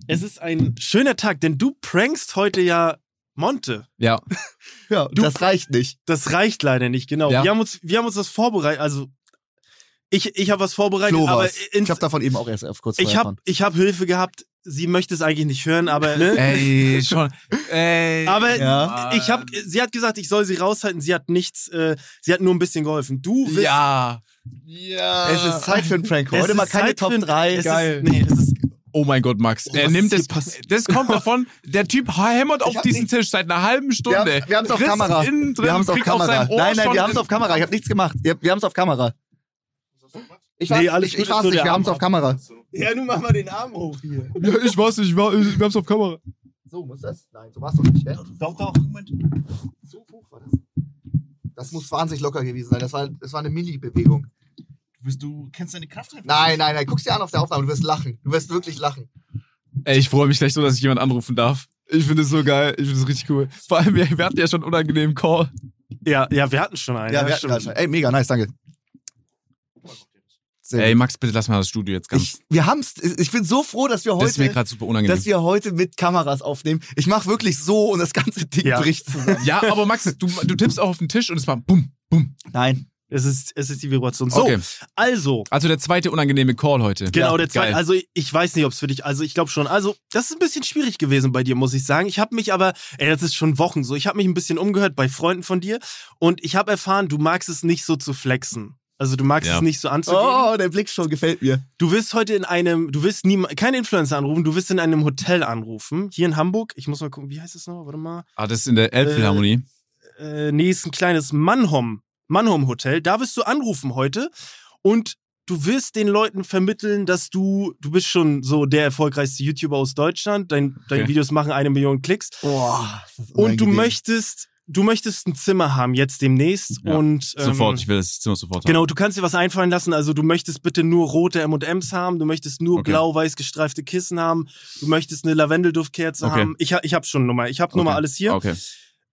S1: es ist ein schöner Tag, denn du prankst heute ja Monte.
S3: Ja,
S2: Ja,
S1: du-
S2: das reicht nicht.
S1: Das reicht leider nicht, genau.
S3: Ja.
S1: Wir, haben uns, wir haben uns das vorbereitet. Also, ich, ich habe was vorbereitet,
S2: Flo
S1: aber
S2: war's.
S1: ins,
S2: Ich habe davon eben auch erst auf kurz
S1: ich habe
S2: erfahren.
S1: ich hab Hilfe gehabt. Sie möchte es eigentlich nicht hören, aber. Ne?
S3: ey, schon. Ey.
S1: Aber
S2: Ja.
S1: ich habe, sie hat gesagt, ich soll sie raushalten. Sie hat nichts, äh, sie hat nur ein bisschen geholfen. Du willst,
S3: Ja.
S2: Ja. Es ist Zeit für einen Prank.
S1: Es
S2: Heute
S1: ist
S2: mal keine
S1: Zeit
S2: Top
S1: für ein-
S2: 3.
S1: es
S2: Geil.
S1: Ist, nee, es ist,
S3: Oh mein Gott, Max.
S1: Oh,
S3: er
S1: was
S3: nimmt
S1: ist
S3: das.
S1: hier passiert?
S3: Das kommt davon, der Typ hämmert auf
S2: hab
S3: diesen
S2: nichts.
S3: Tisch seit einer halben
S2: wir
S3: Stunde.
S2: haben, wir haben's auf
S3: Riss
S2: Kamera.
S3: Innen drin,
S2: Wir haben's auf
S3: Krieg auf
S2: Kamera.
S3: seinem Ohr
S2: nein, nein, wir
S3: schon-
S2: haben's auf Kamera. Ich habe nichts gemacht. Wir, wir haben's auf Kamera. Ich war's,
S1: Nee, alles
S2: ich,
S1: gut,
S2: ich
S1: ist
S2: war's
S1: nur
S2: nicht.
S1: der
S2: Wir haben's
S1: Arm
S2: auf Kamera.
S1: ja, nun mach mal den Arm hoch hier.
S3: Ja, ich weiß nicht, ich war, ich, wir haben's auf Kamera.
S2: So muss das? Nein, so war's doch nicht. Hä?
S1: Doch, doch.
S2: So hoch war das. Das muss wahnsinnig locker gewesen sein. Das war, das war eine Mini-Bewegung.
S1: Du, bist, du kennst deine Kraft
S2: Nein, nein, nein. Guck's dir an auf der Aufnahme. Du wirst lachen. Du wirst wirklich lachen.
S3: Ey, ich freue mich gleich so, dass ich jemand anrufen darf. Ich finde es so geil, ich finde es richtig cool. Vor allem, wir, wir hatten ja schon einen unangenehmen Call.
S1: Ja, ja, wir hatten schon einen.
S2: Ja, wir hatten
S1: stimmt.
S2: gerade schon. Ey, mega nice, danke. Sehr
S3: Ey,
S2: gut.
S3: Max, bitte lass mal das Studio jetzt ganz.
S2: ich, wir haben's. Ich bin so froh, dass wir
S3: das ist mir
S2: heute,
S3: gerade super unangenehm.
S2: dass wir heute mit Kameras aufnehmen. Ich mache wirklich so und das ganze Ding
S1: Ja.
S2: bricht zusammen.
S3: ja, aber Max, du, du tippst auch auf den Tisch und es war bum, bum.
S2: Nein.
S1: Es ist, es ist die Vibration. So,
S3: Okay.
S1: also,
S3: Also der zweite unangenehme Call heute.
S1: Genau,
S3: Ja,
S1: der zweite.
S3: geil.
S1: Also ich weiß nicht, ob es für dich, also ich glaube schon. Also das ist ein bisschen schwierig gewesen bei dir, muss ich sagen. Ich habe mich aber, ey, das ist schon Wochen so. Ich habe mich ein bisschen umgehört bei Freunden von dir und ich habe erfahren, du magst es nicht so zu flexen. Also du magst
S3: Ja.
S1: es nicht so anzugehen.
S2: Oh, der Blick schon gefällt mir.
S1: Du wirst heute in einem, du wirst nie, keine Influencer anrufen, du wirst in einem Hotel anrufen. Hier in Hamburg. Ich muss mal gucken, wie heißt es nochmal? Warte mal.
S3: Ah, das ist in der Elbphilharmonie.
S1: Äh, nee, ist ein kleines Mannhom, Mannhom Hotel. Da wirst du anrufen heute und du wirst den Leuten vermitteln, dass du, du bist schon so der erfolgreichste YouTuber aus Deutschland. Dein, Deine
S3: Okay.
S1: Videos machen eine Million Klicks.
S2: Boah, das ist
S1: Und du
S2: unangenehm.
S1: möchtest, du möchtest ein Zimmer haben jetzt demnächst
S3: Ja,
S1: und ähm,
S3: sofort, ich will das Zimmer sofort haben.
S1: Genau, du kannst dir was einfallen lassen. Also du möchtest bitte nur rote M&Ms haben, du möchtest nur
S3: Okay.
S1: blau-weiß gestreifte Kissen haben, du möchtest eine Lavendelduftkerze
S3: Okay.
S1: haben. Ich, ha- ich habe schon Nummer, ich habe Nummer
S3: Okay.
S1: alles hier.
S3: Okay,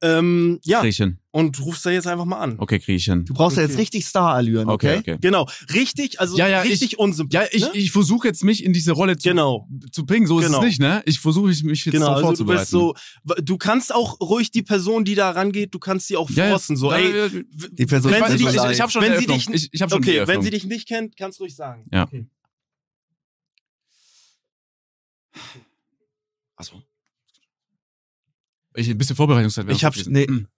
S1: Ähm, ja,
S3: krieg ich hin.
S1: und rufst da jetzt einfach mal an.
S3: Okay, krieg ich hin.
S2: Du brauchst ja jetzt
S1: Okay.
S2: richtig Star-Allüren, okay?
S3: Okay, okay.
S1: Genau, richtig, also
S3: Ja, ja,
S1: richtig unsympathisch.
S3: Ja, ich,
S1: ne?
S3: ich versuche jetzt mich in diese Rolle zu,
S1: genau,
S3: zu bringen. So ist
S1: Genau.
S3: es nicht, ne? Ich versuche mich jetzt
S1: genau.
S3: so
S1: Also du
S3: vorzubereiten.
S1: bist so, w- du kannst auch ruhig die Person, die da rangeht, du kannst sie auch
S3: Ja, ja.
S1: forcen. So,
S3: Ja,
S1: ey,
S3: ja, ja.
S1: w-
S2: Die Person
S1: Wenn
S3: Ich,
S1: sie
S2: ist
S1: dich-
S2: allein.
S3: ich, ich habe schon
S1: Wenn
S3: eine
S1: sie
S3: Eröffnung.
S1: dich-
S3: ich, ich hab schon
S1: okay,
S3: eine
S1: wenn
S3: Eröffnung.
S1: sie dich nicht kennt, kannst du ruhig sagen.
S3: Ja.
S1: Okay.
S3: Achso. Ich, ein bisschen Vorbereitungszeit. wäre
S1: Ich hab-
S3: gewesen.
S2: nee.
S3: Mhm.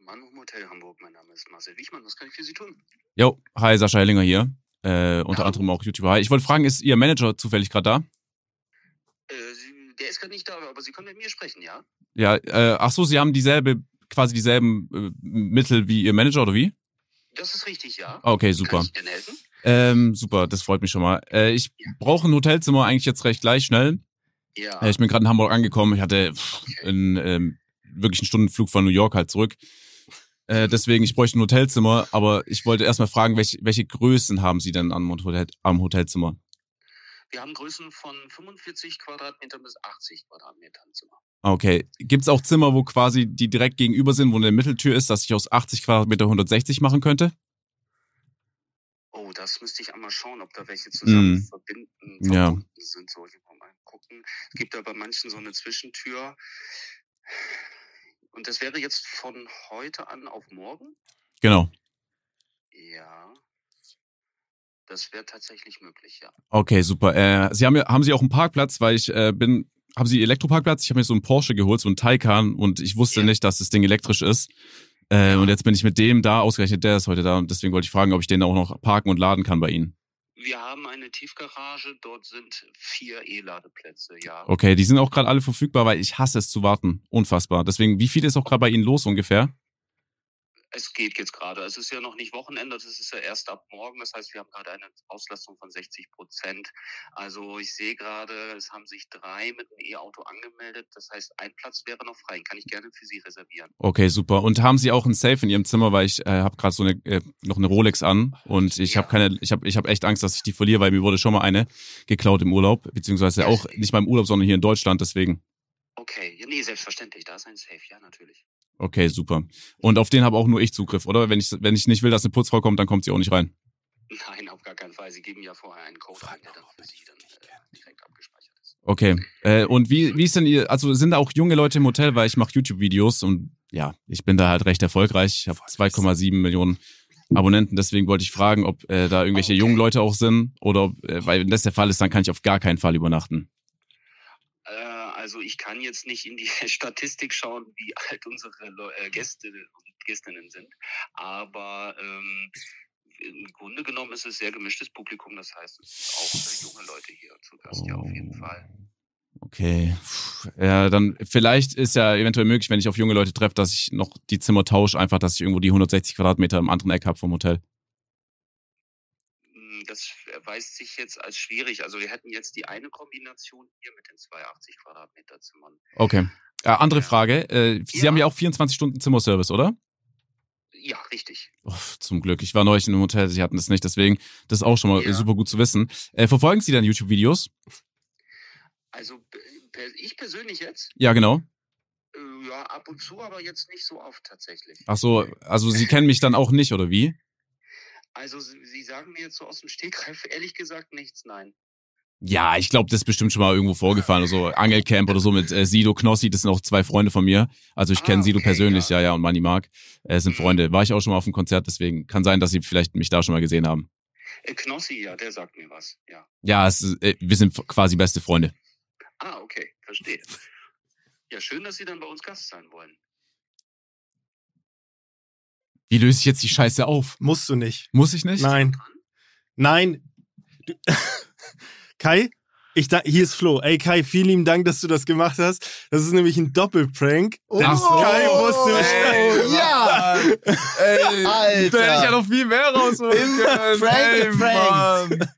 S4: Mannhof Hotel Hamburg, mein Name ist Marcel Wichmann, was kann ich für Sie tun?
S3: Jo, hi, Sascha Hellinger hier. Äh, unter
S4: Hallo.
S3: anderem auch YouTuber. Hi. Ich wollte fragen, ist Ihr Manager zufällig gerade da?
S4: Äh, Sie, der ist gerade nicht da, aber Sie können mit mir sprechen, ja?
S3: Ja, äh, ach so, Sie haben dieselbe, quasi dieselben äh, Mittel wie Ihr Manager oder wie?
S4: Das ist richtig, ja?
S3: Ah, Okay,
S4: Kann
S3: super.
S4: ich Ihnen helfen?
S3: Ähm, super, das freut mich schon mal. Äh, ich brauche ein Hotelzimmer eigentlich jetzt recht gleich schnell.
S4: Ja.
S3: Äh, ich bin gerade in Hamburg angekommen. Ich hatte pff, einen, ähm, wirklich einen Stundenflug von New York halt zurück. Äh, deswegen, ich bräuchte ein Hotelzimmer, aber ich wollte erstmal fragen, welche, welche Größen haben Sie denn am, Hotel, am Hotelzimmer?
S4: Wir haben Größen von 45 Quadratmetern bis 80 Quadratmetern im Zimmer.
S3: Ah, Okay. Gibt es auch Zimmer, wo quasi die direkt gegenüber sind, wo eine Mitteltür ist, dass ich aus 80 Quadratmeter 160 machen könnte?
S4: Oh, das müsste ich einmal schauen, ob da welche zusammen
S3: Mm.
S4: verbinden,
S3: Ja.
S4: verbunden sind. So, ich muss mal gucken. Es gibt da bei manchen so eine Zwischentür. Und das wäre jetzt von heute an auf morgen?
S3: Genau.
S4: Ja. Das wäre tatsächlich möglich, ja.
S3: Okay, super. Äh, Sie haben, ja- haben Sie auch einen Parkplatz, weil ich äh, bin. Haben Sie Elektroparkplatz? Ich habe mir so einen Porsche geholt, so einen Taycan, und ich wusste
S4: Ja.
S3: nicht, dass das Ding elektrisch ist. Äh, und jetzt bin ich mit dem da, ausgerechnet der ist heute da, und deswegen wollte ich fragen, ob ich den auch noch parken und laden kann bei Ihnen.
S4: Wir haben eine Tiefgarage, dort sind vier E-Ladeplätze, ja.
S3: Okay, die sind auch gerade alle verfügbar, weil ich hasse es zu warten. Unfassbar. Deswegen, wie viel ist auch gerade bei Ihnen los ungefähr?
S4: Es geht jetzt gerade. Es ist ja noch nicht Wochenende, es ist ja erst ab morgen. Das heißt, wir haben gerade eine Auslastung von 60 Prozent. Also ich sehe gerade, es haben sich drei mit einem E-Auto angemeldet. Das heißt, ein Platz wäre noch frei. Den Kann ich gerne für Sie reservieren.
S3: Okay, super. Und haben Sie auch einen Safe in Ihrem Zimmer, weil ich äh, habe gerade so eine äh, noch eine Rolex an und ich habe
S4: Ja.
S3: keine, ich habe ich habe echt Angst, dass ich die verliere, weil mir wurde schon mal eine geklaut im Urlaub, beziehungsweise auch nicht mal im Urlaub, sondern hier in Deutschland. Deswegen.
S4: Okay, ja, nee, selbstverständlich. Da ist ein Safe, ja, natürlich.
S3: Okay, super. Und auf den habe auch nur ich Zugriff, oder? Wenn ich, wenn ich nicht will, dass eine Putzfrau kommt, dann kommt sie auch nicht rein.
S4: Nein, auf gar keinen Fall. Sie geben ja vorher einen Code ein, der dann für Sie dann äh, direkt abgespeichert ist.
S3: Okay. Äh, und wie, wie ist denn ihr, also sind da auch junge Leute im Hotel, weil ich mache YouTube-Videos und ja, ich bin da halt recht erfolgreich. Ich habe 2,7 Millionen Abonnenten, deswegen wollte ich fragen, ob äh, da irgendwelche
S4: Oh, okay.
S3: jungen Leute auch sind oder ob, äh, weil wenn das der Fall ist, dann kann ich auf gar keinen Fall übernachten.
S4: Äh, also ich kann jetzt nicht in die Statistik schauen, wie alt unsere Leu äh, Gäste und Gästinnen sind, aber ähm, im Grunde genommen ist es sehr gemischtes Publikum, das heißt, es sind auch äh, junge Leute hier zu Gast, ja, auf jeden Fall.
S3: Okay. Puh. Ja, dann vielleicht ist ja eventuell möglich, wenn ich auf junge Leute treffe, dass ich noch die Zimmer tausche, einfach, dass ich irgendwo die 160 Quadratmeter im anderen Eck hab vom Hotel.
S4: Mm, Das erweist sich jetzt als schwierig. Also wir hätten jetzt die eine Kombination hier mit den 82 Quadratmeter Zimmern.
S3: Okay. Äh, andere
S4: Ja.
S3: Frage. Äh, Sie
S4: Ja.
S3: haben ja auch 24 Stunden Zimmerservice, oder?
S4: Ja, richtig.
S3: Oh, zum Glück. Ich war neulich in einem Hotel, Sie hatten das nicht, deswegen das ist auch schon mal
S4: Ja.
S3: super gut zu wissen. Äh, verfolgen Sie dann YouTube-Videos?
S4: Also p- per- ich persönlich jetzt,
S3: Ja, genau.
S4: äh, ja, Ja, ab und zu, aber jetzt nicht so oft tatsächlich.
S3: Ach so, also Sie kennen mich dann auch nicht, oder wie?
S4: Also Sie Sie sagen mir jetzt so aus dem Stegreif ehrlich gesagt nichts, nein.
S3: Ja, ich glaube, das ist bestimmt schon mal irgendwo vorgefallen. Also Angelcamp oder so mit äh, Sido Knossi, das sind auch zwei Freunde von mir. Also ich
S4: Ah,
S3: kenne Sido
S4: okay,
S3: persönlich,
S4: ja.
S3: ja, ja, und Manny Mark äh, sind
S4: Mhm.
S3: Freunde. War ich auch schon mal auf dem Konzert, deswegen kann sein, dass Sie vielleicht mich da schon mal gesehen haben.
S4: Äh, Knossi, ja, der sagt mir was, ja.
S3: Ja, es, ist, äh, wir sind f- quasi beste Freunde.
S4: Ah, okay, verstehe. Ja, schön, dass Sie dann bei uns Gast sein wollen.
S3: Wie löse ich jetzt die Scheiße auf?
S1: Musst du nicht.
S3: Muss ich nicht?
S1: Nein. Nein. Du- Kai, ich da, hier ist Flo. Ey Kai, vielen lieben Dank, dass du das gemacht hast. Das ist nämlich ein Doppelprank. Denn
S3: Ach so.
S1: Kai wusste
S2: Oh, Ey,
S1: Bescheid.
S2: ja!
S3: Ey,
S2: Alter.
S3: Da hätte
S1: halt
S3: ich ja noch viel mehr rausholen können.
S2: Frank
S3: Ey,
S2: und Frank.
S3: Mann.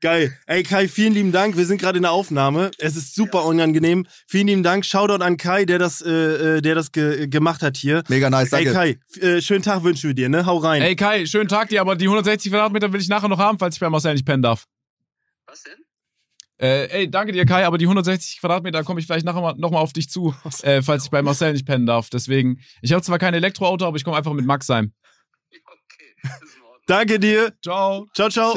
S1: Geil. Ey Kai, vielen lieben Dank. Wir sind gerade in der Aufnahme. Es ist super unangenehm. Vielen lieben Dank. Shoutout an Kai, der das, äh, äh, der das ge gemacht hat hier.
S2: Mega nice,
S1: Ey
S2: danke.
S1: Kai, f- äh, schönen Tag wünschen wir dir, ne? Hau rein.
S3: Ey Kai, schönen Tag dir, aber die 160 Quadratmeter will ich nachher noch haben, falls ich bei Marcel nicht pennen darf.
S4: Was denn?
S3: Äh, ey, danke dir, Kai, aber die 160 Quadratmeter komme ich vielleicht nachher mal, nochmal auf dich zu, äh, falls ich bei Marcel nicht pennen darf. Deswegen, ich habe zwar kein Elektroauto, aber ich komme einfach mit Max heim.
S4: Ja, Okay, das ist in Ordnung.
S1: Danke dir.
S3: Ciao.
S1: Ciao, ciao.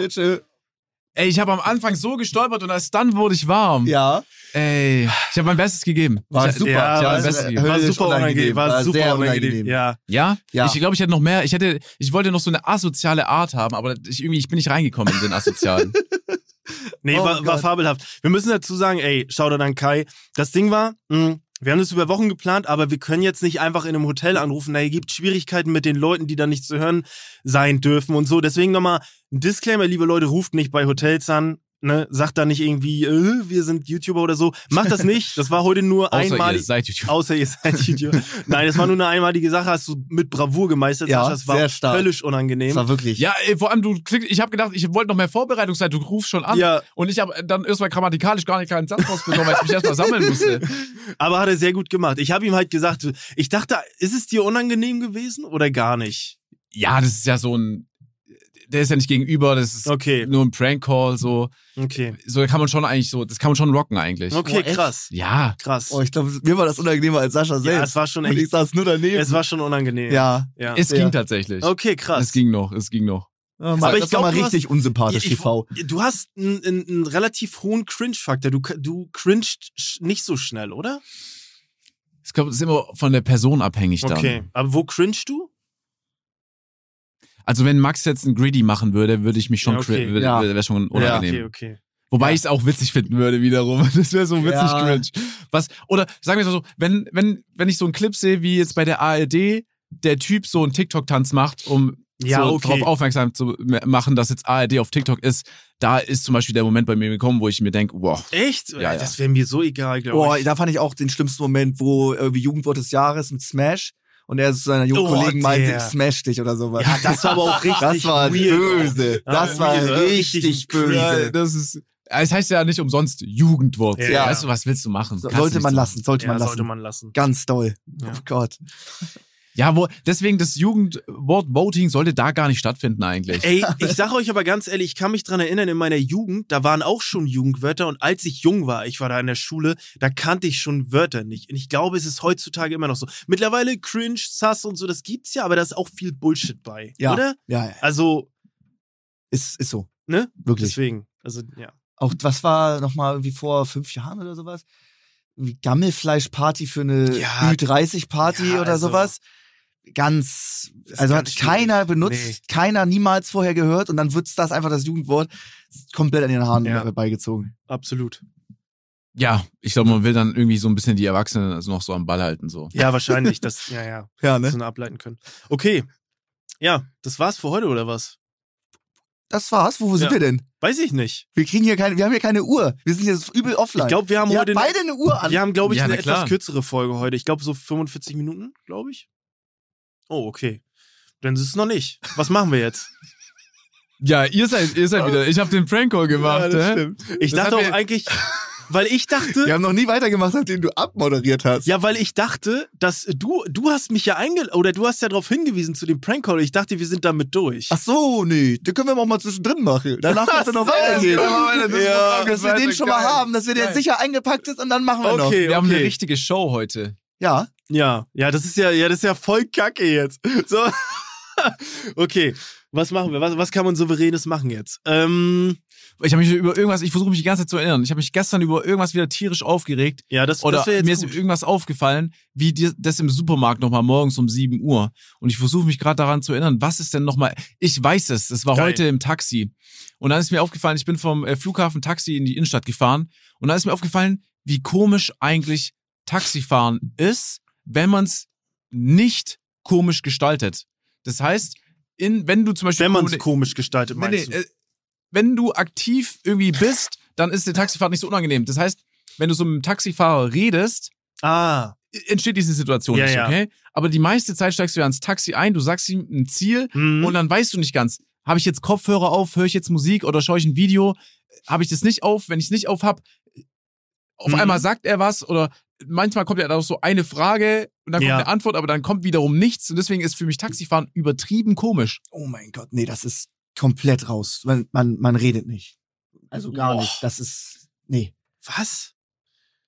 S3: Ey, ich habe am Anfang so gestolpert und erst dann wurde ich warm.
S2: Ja,
S3: Ey, ich habe mein Bestes gegeben.
S2: war
S3: ich,
S2: super.
S1: Ja,
S3: ich
S1: war
S3: habe mein
S1: es-
S3: Bestes gegeben.
S1: War super unangenehm. War super
S2: sehr
S1: unangenehm. Ja.
S3: Ja?
S2: Ja.
S3: Ich glaube, ich hätte noch mehr, ich hätte, ich wollte noch so eine asoziale Art haben, aber ich, irgendwie, ich bin nicht reingekommen in den asozialen.
S1: Nee,
S2: Oh
S1: war, war
S2: Gott.
S1: fabelhaft. Wir müssen dazu sagen, ey, Shoutout an Kai. Das Ding war, mh, wir haben das über Wochen geplant, aber wir können jetzt nicht einfach in einem Hotel anrufen. Da gibt Schwierigkeiten mit den Leuten, die dann nicht zu hören sein dürfen und so. Deswegen nochmal ein Disclaimer, liebe Leute, ruft nicht bei Hotels an. Ne, sagt da nicht irgendwie, äh, wir sind YouTuber oder so. Macht das nicht. Das war heute nur
S3: Außer
S1: einmal.
S3: ihr seid YouTube.
S1: Außer ihr seid YouTuber. Nein, das war nur eine einmalige Sache. Hast du mit Bravour gemeistert.
S2: Ja,
S1: Sascha. das war
S2: sehr stark.
S1: völlig
S2: Das
S1: unangenehm.
S2: war wirklich.
S3: Ja, ey, vor allem du klickst, ich habe gedacht, ich wollte noch mehr Vorbereitungszeit, du rufst schon an.
S1: ja,
S3: Und ich habe dann erstmal grammatikalisch gar nicht keinen Satz rausbekommen, weil ich mich erstmal sammeln musste.
S1: Aber hat er sehr gut gemacht. Ich habe ihm halt gesagt, ich dachte, ist es dir unangenehm gewesen oder gar nicht?
S3: Ja, das ist ja so ein. Der ist ja nicht gegenüber, das ist
S1: Okay,
S3: nur ein Prank-Call, so.
S1: okay.
S3: So kann man schon eigentlich so, das kann man schon rocken eigentlich.
S1: Okay,
S2: Oh, echt?
S1: krass.
S3: Ja.
S1: Krass.
S2: Oh, ich glaube, mir war das unangenehmer als Sascha
S1: Ja,
S2: selbst.
S1: es war schon
S2: und ich
S1: echt,
S2: saß nur daneben.
S1: es war schon unangenehm.
S2: ja.
S1: Ja.
S3: Es
S2: Ja.
S3: ging tatsächlich.
S1: Okay,
S3: Es
S1: krass.
S3: ging noch, es ging noch.
S2: Aber
S1: ich
S2: ich
S1: glaub,
S2: glaube,
S1: du hast-
S2: richtig unsympathisch,
S1: Ich- ich-
S2: TV.
S1: Du hast einen, einen, einen relativ hohen Cringe-Faktor. Du, du cringest sch- nicht so schnell, oder?
S3: Es kommt- es ist immer von der Person abhängig dann.
S1: Okay. Aber wo cringest du?
S3: Also wenn Max jetzt einen Greedy machen würde, würde ich mich schon,
S1: Ja, okay.
S3: cri- würde,
S2: Ja.
S3: wäre schon
S1: Ja,
S3: unangenehm.
S1: okay, okay.
S3: Wobei ich es auch witzig finden würde wiederum. Das wäre so witzig
S2: Ja.
S3: cringe. Was, oder sagen wir es mal so, wenn, wenn, wenn ich so einen Clip sehe, wie jetzt bei der ARD, der Typ so einen TikTok-Tanz macht, um
S1: Ja,
S3: so
S1: okay.
S3: darauf aufmerksam zu m- machen, dass jetzt ARD auf TikTok ist, da ist zum Beispiel der Moment bei mir gekommen, wo ich mir denke, wow,
S1: Echt?
S3: Ja, ja.
S1: Das wäre mir so egal, glaube
S2: Boah,
S1: ich.
S2: da fand ich auch den schlimmsten Moment, wo irgendwie Jugendwort des Jahres mit Smash und er zu seiner Jugendkollegen
S1: Oh,
S2: meinte,
S1: der.
S2: ich smash dich oder sowas.
S1: Ja, das war aber auch richtig
S2: Das war
S1: weird.
S2: böse.
S1: Ja,
S2: das war
S1: weird,
S2: richtig,
S1: richtig
S3: ja,
S2: böse.
S3: das ist. Es heißt ja nicht umsonst Jugendwort.
S1: Ja.
S3: Weißt du, was willst du machen?
S2: So,
S3: Kannst du
S2: sollte
S3: nichts
S2: man
S3: machen.
S2: lassen, sollte
S1: ja,
S2: man lassen.
S1: sollte man lassen.
S2: Ganz doll.
S1: Ja.
S2: Oh Gott.
S3: Ja, wo, deswegen das Jugendwort-Voting sollte da gar nicht stattfinden eigentlich.
S1: Ey, ich sag euch aber ganz ehrlich, ich kann mich dran erinnern, in meiner Jugend, da waren auch schon Jugendwörter und als ich jung war, ich war da in der Schule, da kannte ich schon Wörter nicht. Und ich glaube, es ist heutzutage immer noch so. Mittlerweile cringe, sass und so, das gibt's ja, aber da ist auch viel Bullshit bei,
S2: Ja.
S1: oder?
S2: Ja, ja.
S1: Also,
S2: Ist, ist so.
S1: ne?
S2: Wirklich.
S1: Deswegen, also, ja.
S2: Auch was war nochmal irgendwie vor fünf Jahren oder sowas? Irgendwie Gammelfleischparty für eine
S1: Ja.
S2: Ü30-Party
S1: Ja,
S2: oder
S1: also-
S2: sowas. Ganz,
S1: Das ist
S2: also
S1: ganz
S2: hat keiner
S1: schwierig.
S2: benutzt,
S1: Nee.
S2: keiner niemals vorher gehört und dann wird's das einfach das Jugendwort komplett an den Haaren
S1: Ja.
S2: herbeigezogen.
S1: Absolut.
S3: Ja, ich glaube, man will dann irgendwie so ein bisschen die Erwachsenen also noch so am Ball halten. So.
S1: Ja, wahrscheinlich, das, ja, ja,
S2: Ja,
S1: das
S2: ne?
S1: wir ableiten können. Okay. Ja, das war's für heute, oder was?
S2: Das war's. Wo, wo sind
S1: Ja.
S2: wir denn?
S1: Weiß ich nicht.
S2: Wir kriegen hier keine, wir haben hier keine Uhr. Wir sind jetzt übel offline.
S1: Ich glaube, wir haben
S2: wir
S1: heute.
S2: haben beide eine Uhr an.
S1: Wir haben, glaube ich,
S3: Ja,
S1: eine
S3: na klar.
S1: etwas kürzere Folge heute. Ich glaube, so 45 Minuten, glaube ich. Oh, okay. Dann ist es noch nicht. Was machen wir jetzt?
S3: Ja, ihr seid, ihr seid wieder. Ich habe den Prank-Call gemacht. hä?
S1: Ich
S3: Das
S1: dachte
S3: hat
S1: auch
S3: mir-
S1: eigentlich, weil ich
S2: Wir
S1: dachte,
S2: haben noch nie weitergemacht, nachdem du abmoderiert hast.
S1: ja, weil ich dachte, dass du, du hast mich ja eingeladen, oder du hast ja darauf hingewiesen zu dem Prank Call. Ich dachte, wir sind damit durch.
S2: Ach so, nee, den können wir auch mal zwischendrin machen. Danach kannst du noch weitergehen.
S3: können wir weiter-
S2: ja, dass
S3: das Programm ist
S2: wir
S3: weiter
S2: den schon mal
S3: geil.
S2: haben, dass wir der
S3: Geil.
S2: sicher eingepackt ist und dann machen wir noch.
S1: okay,
S3: Wir haben eine
S1: okay.
S3: richtige Show heute.
S2: Ja,
S1: Ja, ja, das ist ja, ja, das ist ja voll Kacke jetzt. So. Okay, was machen wir? Was, was kann man Souveränes machen jetzt? Ähm,
S3: Ich habe mich über irgendwas, ich versuche mich die ganze Zeit zu erinnern. Ich habe mich gestern über irgendwas wieder tierisch aufgeregt.
S1: ja, das,
S3: Oder
S1: das wäre
S3: mir
S1: jetzt
S3: ist
S1: gut.
S3: irgendwas aufgefallen, wie dir das im Supermarkt nochmal morgens um 7 Uhr. Und ich versuche mich gerade daran zu erinnern, was ist denn nochmal. Ich weiß es, es war
S1: Geil.
S3: heute im Taxi. Und dann ist mir aufgefallen, ich bin vom äh, Flughafen Taxi in die Innenstadt gefahren. Und dann ist mir aufgefallen, wie komisch eigentlich Taxifahren ist, wenn man es nicht komisch gestaltet. Das heißt, in, wenn du zum Beispiel.
S1: Wenn man es
S3: kommuni-
S1: komisch gestaltet,
S3: Nee,
S1: meinst
S3: nee, äh, wenn du aktiv irgendwie bist, dann ist die Taxifahrt nicht so unangenehm. Das heißt, wenn du so mit dem Taxifahrer redest,
S1: du? Ah,
S3: entsteht diese Situation
S1: Ja,
S3: nicht,
S1: ja.
S3: okay? Aber die meiste Zeit steigst du ja ins Taxi ein, du sagst ihm ein Ziel
S1: mhm.
S3: und dann weißt du nicht ganz, habe ich jetzt Kopfhörer auf, höre ich jetzt Musik oder schaue ich ein Video, habe ich das nicht auf, wenn ich es nicht auf habe, auf
S1: Mhm.
S3: einmal sagt er was oder manchmal kommt ja dann auch so eine Frage und dann kommt
S1: Ja.
S3: eine Antwort, aber dann kommt wiederum nichts und deswegen ist für mich Taxifahren übertrieben komisch.
S2: Oh mein Gott, nee, das ist komplett raus. Man, man, man redet nicht. Also gar
S1: Boah.
S2: nicht. Das ist, nee.
S1: was?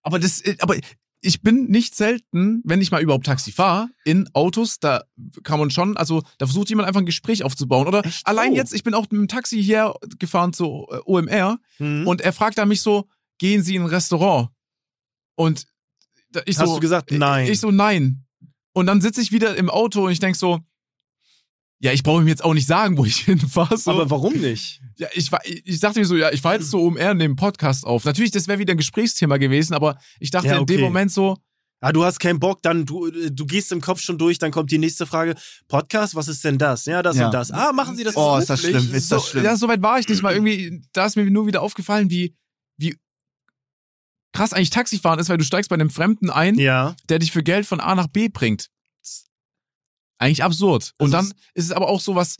S3: Aber das, äh, aber ich bin nicht selten, wenn ich mal überhaupt Taxi fahre, in Autos, da kann man schon, also da versucht jemand einfach ein Gespräch aufzubauen. Oder
S1: Echt?
S3: allein
S1: Oh.
S3: jetzt, ich bin auch mit dem Taxi hier gefahren zu äh, OMR
S1: Mhm.
S3: und er fragt da mich so, gehen Sie in ein Restaurant? Und da, ich
S1: Hast
S3: so, äh,
S1: du gesagt, nein.
S3: Ich so, nein. Und dann sitze ich wieder im Auto und ich denk so, ja, ich brauche ihm jetzt auch nicht sagen, wo ich hinfahre. So.
S1: Aber warum nicht?
S3: Ja, ich, war- ich ich dachte mir so, ja, ich fahre jetzt so OMR und nehme einen Podcast auf. Natürlich, das wäre wieder ein Gesprächsthema gewesen, aber ich dachte
S1: Ja,
S3: in
S1: okay.
S3: dem Moment so,
S1: Ah, du hast keinen Bock, dann du, äh, du gehst im Kopf schon durch, dann kommt die nächste Frage. Podcast, was ist denn das? Ja, das
S2: Ja.
S1: und das. Ah, machen Sie das
S2: Oh, ist das
S1: beruflich?
S2: schlimm, ist
S3: so,
S2: das schlimm.
S3: ja, so weit war ich nicht mal. Irgendwie, da ist mir nur wieder aufgefallen, wie, wie krass eigentlich Taxifahren ist, weil du steigst bei einem Fremden ein,
S1: Ja.
S3: der dich für Geld von A nach B bringt. Eigentlich absurd. Und
S1: Das
S3: dann ist es aber auch so was